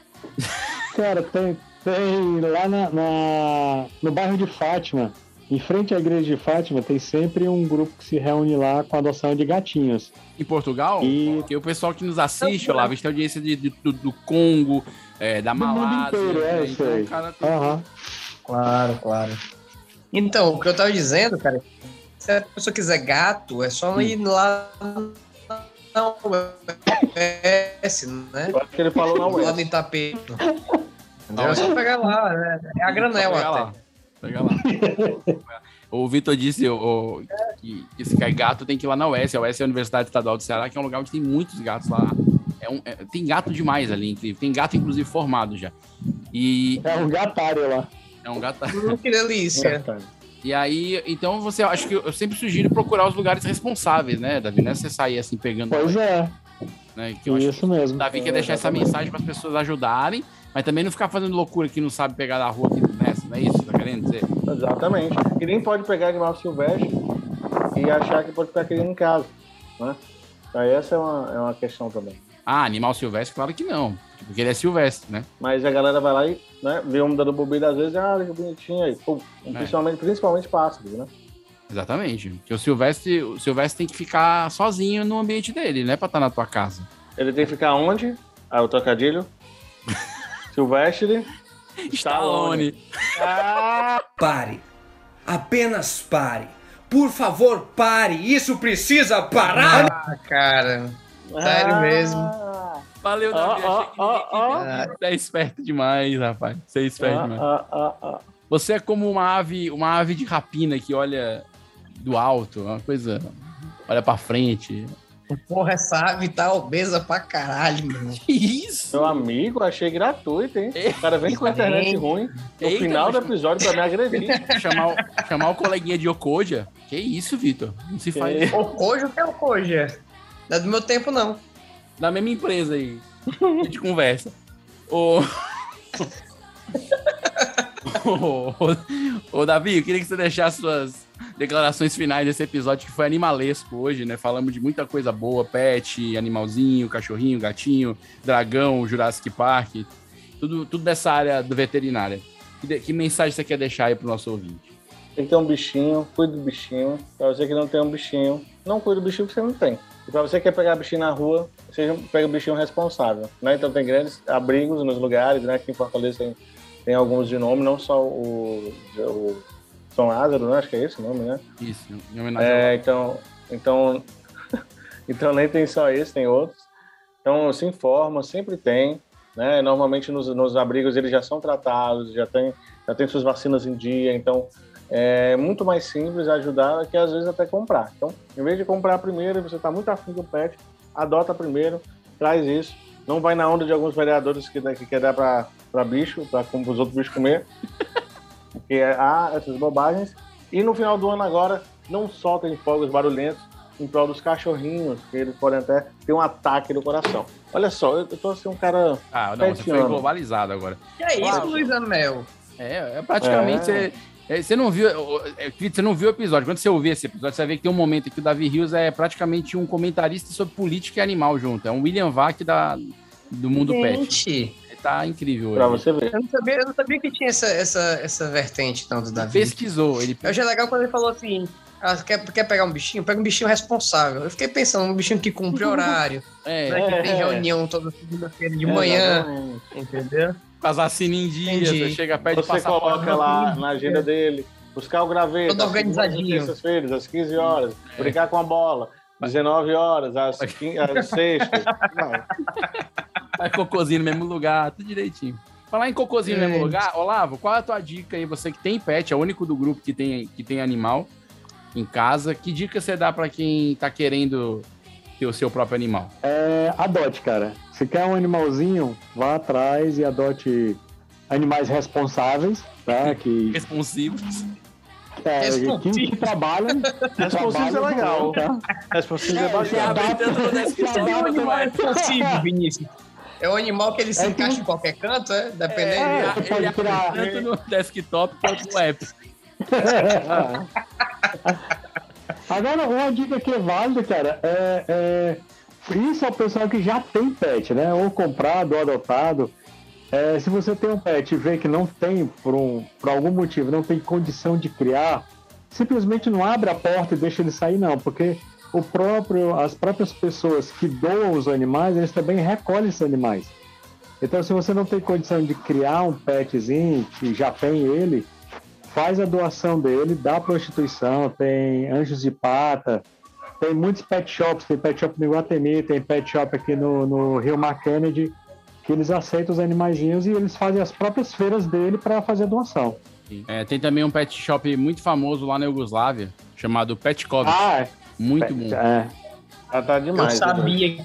Cara, tem, tem lá na, na- no bairro de Fátima, em frente à igreja de Fátima, tem sempre um grupo que se reúne lá com a adoção de gatinhos.
em Portugal, porque o pessoal que nos assiste, ó lá, a gente tem audiência de, de- do, do Congo, é, da
Do mundo
Malásia.
inteiro, é,
né?
isso
Então,
aí.
cara,
Aham.
Claro, claro. Então, o que eu tava dizendo, cara, se a pessoa quiser gato, é só ir lá na UES, né?
Eu acho que ele falou na UES.
Lá no *laughs* Itapeto. Entendeu? É só pegar lá, né? É a granel
Pega
até.
lá. Pega lá.
*laughs*
o Vitor disse o, o- que, que se quer gato tem que ir lá na UES. A UES é a Universidade Estadual do Ceará, que é um lugar onde tem muitos gatos lá. É um- é- tem gato demais ali, incrível. Tem gato, inclusive, formado já. E,
É um gatário lá.
É um gato.
Que delícia.
E aí, então você acho que eu sempre sugiro procurar os lugares responsáveis, né, Davi? Não é você sair assim pegando.
Pois é.
né? Que eu acho
Isso mesmo.
O Davi quer deixar essa mensagem para as pessoas ajudarem, mas também não ficar fazendo loucura que não sabe pegar da rua aqui nessa, não é isso? que Tá querendo dizer?
Exatamente. E nem pode pegar animal silvestre e achar que pode ficar criando em casa. Né? Então, essa é uma, é uma questão também.
Ah, animal silvestre, claro que não. Porque ele é silvestre, né?
Mas a galera vai lá e né, vê um dando bobeira às vezes, ah, olha que bonitinho aí. Pô, principalmente, principalmente pássaros, né?
Exatamente. Porque o silvestre, o silvestre tem que ficar sozinho no ambiente dele, não é pra estar na tua casa.
Ele tem que ficar onde? Ah, o trocadilho. Silvestre.
Stallone.
Pare. Apenas pare. Por favor, pare. Isso precisa parar.
Ah, cara. Sério
Ah,
mesmo.
Valeu, Davi. Achei que ninguém queria. Você é esperto demais, rapaz. Você é esperto
Ah,
demais.
ah, ah, ah.
Você é como uma ave, uma ave de rapina que olha do alto, é uma coisa. Olha pra frente. *laughs*
Porra, essa ave tá obesa pra caralho, mano.
Que isso?
Meu amigo, achei gratuito, hein? O cara vem com a internet
Eita,
ruim no
Eita,
final do
mas-
episódio pra me
*laughs*
agredir.
Chamar o, chamar o coleguinha de Okoja. Que isso, Vitor? Não se faz. isso.
Hoje o que é o Koja? Não é do meu tempo, não.
Da mesma empresa aí. A gente conversa. Ô. Ô, ô, ô, Davi, eu queria que você deixasse suas declarações finais desse episódio que foi animalesco hoje, né? Falamos de muita coisa boa: pet, animalzinho, cachorrinho, gatinho, dragão, Jurassic Park, tudo, tudo dessa área do veterinária. Que, de- que mensagem você quer deixar aí pro nosso ouvinte?
Tem que ter um bichinho, cuida do bichinho. Pra você que não tem um bichinho, não cuida do bichinho que você não tem. E pra você que quer pegar bichinho na rua, seja, pega o bichinho responsável. Né? Então tem grandes abrigos nos lugares, né? Aqui em Fortaleza tem, tem alguns de nome, não só o, o São Lázaro, né? Acho que é esse o nome, né?
Isso, em homenagem
É, então, então, *laughs* então nem tem só esse, tem outros. Então se informa, sempre tem, né? Normalmente nos, nos abrigos eles já são tratados, já tem, já tem suas vacinas em dia, então é muito mais simples ajudar que às vezes até comprar. Então, em vez de comprar primeiro, você está muito afim do pet, adota primeiro, traz isso. Não vai na onda de alguns vereadores que, dá- que quer dar para bicho, para os outros bichos comer *laughs* porque há essas bobagens. E no final do ano agora, não soltem fogos barulhentos em prol dos cachorrinhos, que eles podem até ter um ataque no coração. Olha só, eu eu tô assim um cara.
Ah, não, você foi
petiano.
globalizado agora.
Que é isso,
Quase.
Luiz Amel?
É, é praticamente. Você, é, você não viu. ô, ô, é, Clito, Você não viu o episódio. Quando você ouvir esse episódio, você vai ver que tem um momento que o Davi Rios é praticamente um comentarista sobre política e animal junto. É um William Vac da, do mundo pet. Ele tá incrível
Pra
hoje.
você ver.
Eu não sabia, eu não sabia que tinha essa, essa, essa vertente tanto da vida.
Pesquisou. Ele...
Eu achei legal quando ele falou assim: ah, quer, quer pegar um bichinho? Pega um bichinho responsável. Eu fiquei pensando, um bichinho que cumpre horário,
É,
né, que tem
é.
reunião toda segunda-feira É
é,
de manhã, entendeu?
Com as vacinas assim em dia,
Entendi.
você chega perto
Você coloca lá na agenda dele, buscar o graveto.
né? Todo
às
organizadinho. Hum, é.
segundas e Terças-feiras, às 15 horas, brincar com a bola. 19 horas, às, quin- às
*laughs*
sextas.
Faz cocôzinho no mesmo lugar, tudo direitinho. Falar em cocôzinho no mesmo
Gente.
lugar, Olavo, qual é a tua dica aí? Você que tem pet, é o único do grupo que tem, que tem animal em casa. Que dica você dá pra quem tá querendo ter o seu próprio animal?
É, adote, cara. Se quer um animalzinho, vá atrás e adote animais responsáveis, tá? Que,
Responsivos.
é, que,
*laughs*
que trabalham.
Responsível é legal.
Tá?
Responsível é
Se
bacana.
adapta- *laughs* se
É um
adapta-
animal responsável, Vinícius. É um animal que ele se encaixa em qualquer canto, é?
Ele,
Dependendo.
ele abre tanto no desktop quanto no app.
Agora, uma dica que é válida, cara, é, é isso ao pessoal que já tem pet, né? Ou comprado, ou adotado. É, se você tem um pet e vê que não tem, por, um, por algum motivo, não tem condição de criar, simplesmente não abre a porta e deixa ele sair, não, porque o próprio, as próprias pessoas que doam os animais, eles também recolhem esses animais. Então, se você não tem condição de criar um petzinho, que já tem ele, faz a doação dele, dá para instituição, tem Anjos de Pata, tem muitos pet shops, tem pet shop no Iguatemi, tem pet shop aqui no, no Rio Mar Kennedy, que eles aceitam os animaizinhos e eles fazem as próprias feiras dele para fazer a doação.
É, tem também um pet shop muito famoso lá na Iugoslávia, chamado Petkovic.
Ah, é.
muito bom.
É.
Hum.
Ah, tá demais.
eu sabia que
O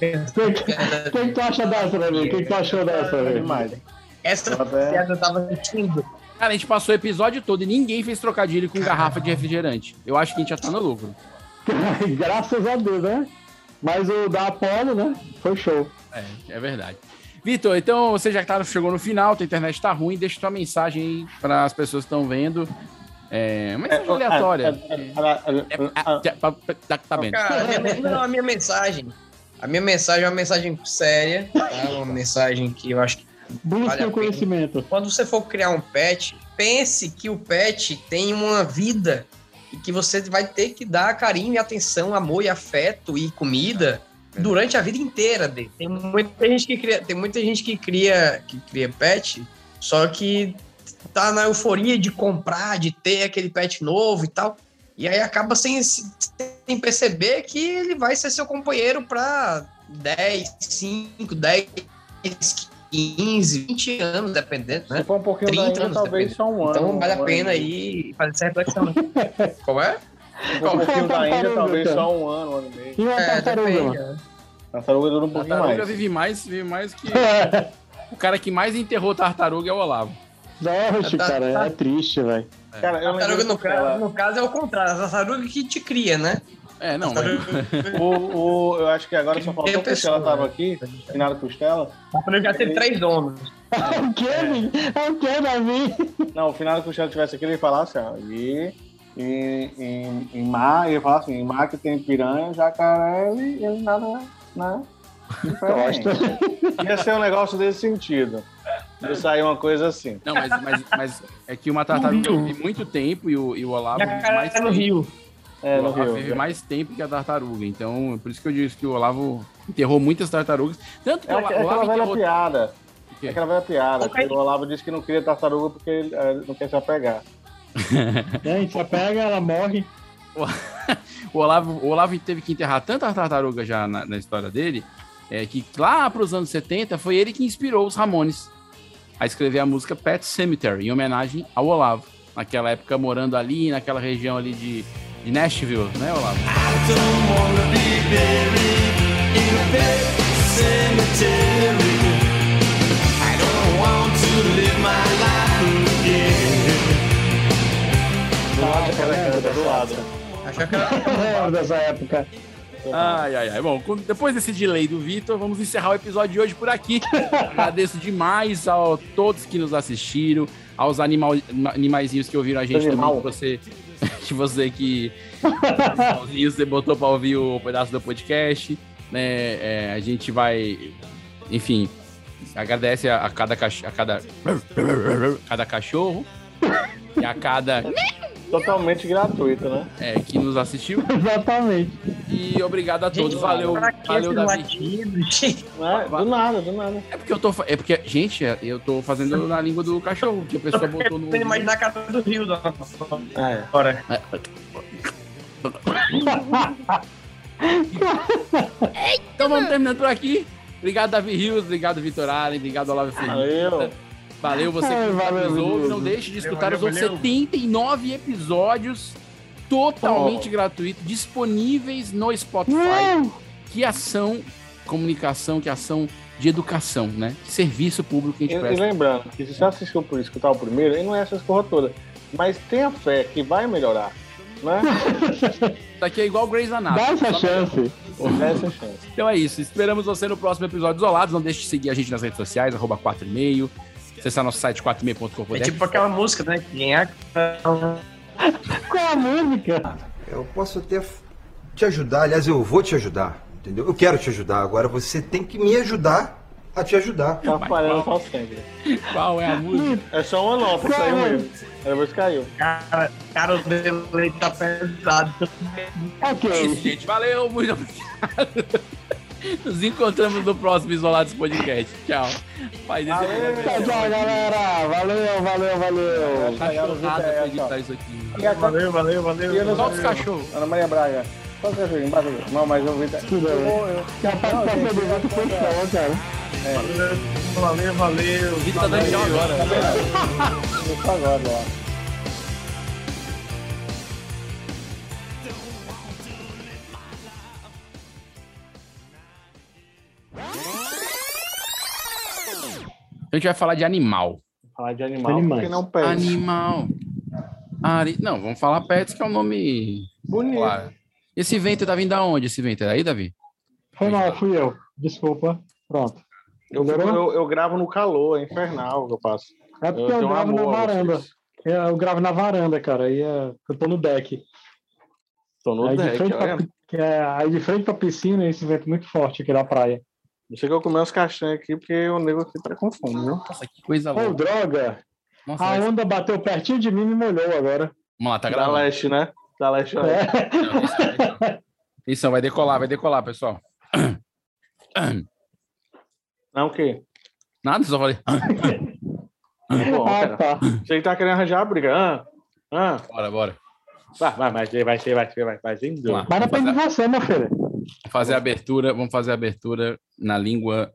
que, que tu acha dessa, Davi? O que, que tu achou dessa,
Tá
Davi? *laughs*
demais.
É essa
Até-
piada tava sentindo.
Cara, a gente passou o episódio todo e ninguém fez trocadilho com garrafa de refrigerante. Eu acho que a gente já tá no lucro.
Graças a Deus, né? Mas o da Apollo, né? Foi show.
É, é verdade. Vitor, então você já tá, chegou no final, tua internet tá ruim, deixa tua mensagem aí para as pessoas que estão vendo. É, uma mensagem aleatória.
é, ah.
É, Tá bem.
Cara, a minha, não, a minha mensagem. A minha mensagem é uma mensagem séria, tá? uma mensagem que eu acho que.
Busca
vale a
o
pena.
conhecimento.
Quando você for criar um pet, pense que o pet tem uma vida e que você vai ter que dar carinho e atenção, amor e afeto e comida durante a vida inteira dele. Tem muita gente que cria, tem muita gente que cria, que cria pet, só que tá na euforia de comprar, de ter aquele pet novo e tal. E aí acaba sem, sem perceber que ele vai ser seu companheiro para 10, 5, 10, 15, 20 anos, dependendo, né?
Se for um pouquinho daí, talvez
dependendo.
só um ano.
Então vale
um
a
ano
pena
e
aí fazer essa reflexão. *laughs* né? Qual é?
Um pouquinho da Índia,
Tartaruga,
talvez
cara.
só um ano, um ano e meio.
E uma É, tartaruga?
depende.
Tartaruga dura um pouquinho
Tartaruga
mais.
vive mais, vive mais que.
*laughs*
o cara que mais enterrou tartaruga é o Olavo.
Oxe,
Tá-
cara,
tá-
é triste, velho.
Cara, eu
Tartaruga,
lembro
no caso, no caso, é o contrário. A tartaruga que te cria, né?
É, não.
O, o, eu acho que agora só faltou o Costela tava aqui, Finado Costela.
Eu já teve três donos.
o que, é. O que, Davi? Não, o Finado Costela tivesse aqui, ele ia falar assim, ó, e, em, em, em mar, ele ia falar assim, em mar que tem piranha, jacaré, ele, ele nada, né? Diferente. Ia ser um negócio desse sentido. Ia sair uma coisa assim.
Não, mas, mas, mas é que uma tartaruga vive muito tempo e o, e o Olavo vive
Jacaré
mais
tá no
tempo.
Rio.
É,
o
no
Olavo
Rio,
vive
é.
mais tempo que a tartaruga. Então, é por isso que eu disse que o Olavo enterrou muitas tartarugas. Tanto que
É,
o
aqu-
Olavo
é aquela velha
enterrou-
piada.
quê?
É aquela velha piada. que O Olavo disse que não queria tartaruga porque ele eh, não quer se apegar.
É, Gente, só pega, ela morre.
O Olavo, o Olavo teve que enterrar tanta tartaruga já na, na história dele, é, que lá para os anos 70 foi ele que inspirou os Ramones a escrever a música Pet Cemetery, em homenagem ao Olavo. Naquela época morando ali, naquela região ali de, de Nashville, né, Olavo?
do lado.
Acho que era
lembro É, dessa época.
Ai, ai, ai. Bom, com- depois desse delay do Vitor, vamos encerrar o episódio de hoje por aqui. Agradeço demais a todos que nos assistiram, aos animal, animaizinhos que ouviram a gente também,
Animal.
que você, *laughs* que você que Paulinho, você botou pra ouvir o pedaço do podcast, né? É, a gente vai, enfim, agradece a, a cada cachorro, a cada, cada cachorro e a cada
Totalmente gratuito, né?
é, que nos assistiu.
Exatamente.
E obrigado a todos, valeu,
pra que
valeu,
esses
Davi.
Do nada, do nada.
É porque eu tô, fa- é porque gente, eu tô fazendo na língua do cachorro que a
*laughs*
pessoa botou no.
Você imaginar a cara do Rio, dona.
É.
Ora.
Então vamos terminando por aqui. Obrigado, Davi Rios. Obrigado, Vitor Allen. Obrigado, Olavo Ferreira.
Valeu.
Valeu, você que
Ai, valeu,
nos ouve.
Deus.
Não deixe de escutar
Valeu,
os outros
valeu.
79 episódios
Oh.
totalmente gratuitos, disponíveis no Spotify. Que ação comunicação, que ação de educação, né? Que serviço público que a
E,
gente
e
presta.
lembrando, que se você assistiu por escutar o primeiro, ele não é essa escorra toda. Mas tenha fé que vai melhorar.
*laughs*
Né?
Isso aqui é igual o Grey's Anatomy.
Dá essa
só
chance.
melhor.
Dá essa chance.
Então é isso. Esperamos você no próximo episódio isolados. Não deixe de seguir a gente nas redes sociais, arroba 4 e meio. Acessar nosso site 4
É tipo aquela música, né? Quem é?
Qual a música?
Eu posso até f- te ajudar, aliás, eu vou te ajudar, entendeu? Eu quero te ajudar, agora você tem que me ajudar a te ajudar.
Tá falhando só sempre.
Qual é a música?
É só uma nota,
Qual
saiu
é?
mesmo. Aí Depois caiu.
Cara, cara, o delay tá pesado.
É
tipo,
isso, gente. Valeu, muito obrigado. Nos encontramos no próximo Isolados Podcast. Tchau. Faz né, esse
Tchau, tchau, galera. Valeu, valeu, valeu.
Cachorrada pra editar isso aqui.
Valeu,
valeu, valeu.
E eu não
Solta os
valeu.
cachorros.
Ana Maria Braga. Só os cachorros, embaixo. Não, mas eu vi.
Tudo bem. Capaz de fazer o Tá que foi show, cara.
Valeu, valeu.
Vitor tá dando tchau agora.
Isso agora, ó.
A gente vai falar de animal.
Falar de animal, porque não perde.
Animal. Ari... Não, vamos falar pets, que é um nome.
Bonito.
Claro. Esse vento tá vindo da onde, esse vento? É daí, Davi?
Foi mal, fui eu. Desculpa. Pronto.
Eu,
Melhorou?
eu, eu gravo no calor, é infernal que eu passo.
É porque eu,
tenho
gravo na
amor a
varanda.
vocês.
É, Eu gravo na varanda, cara. Aí é- eu tô no deck.
Tô no
aí, de
deck, tá
frente
olha.
pra, que é, aí de frente pra piscina, esse vento muito forte aqui da praia.
Não sei que eu comer uns castanhos aqui, porque o nego aqui tá com fome, viu? Nossa,
que coisa
Ô, droga!
Tá Nossa,
a
mas-
onda bateu pertinho de mim e me molhou agora. É.
Vamos lá, tá
Da
gravando.
leste, né? Da leste, a leste.
Isso, vai decolar, vai decolar, pessoal.
Não, o quê?
Nada, só falei.
Tá Bom,
Ah,
cara. Você que tá querendo arranjar a briga. Ah, ah.
Bora, bora.
Vai, vai, vai, ter, vai, ter, vai, ter, vai, vai. Sem dúvida.
Mas depende de você, meu filho.
Vamos fazer a abertura, vamos fazer a abertura na língua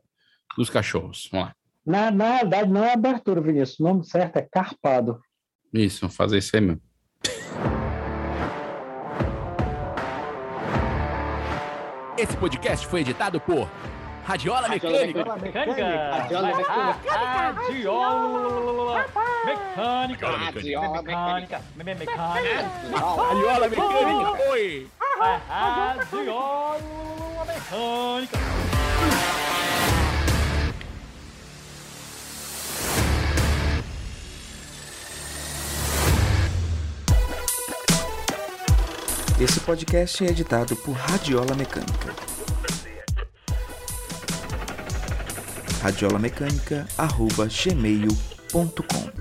dos cachorros. Vamos lá.
Na, na realidade, não é abertura, Vinícius. O nome certo é carpado.
Isso, vamos fazer isso aí mesmo. Esse podcast foi editado por Radiola Mecânica.
Radiola mecânica. Radiola mecânica. Radiola mecânica. Me- me- Mecânica.
Radiola mecânica. Oi.
Radiola mecânica.
Esse podcast é editado por Radiola Mecânica. Radiola Mecânica, arroba gmail.com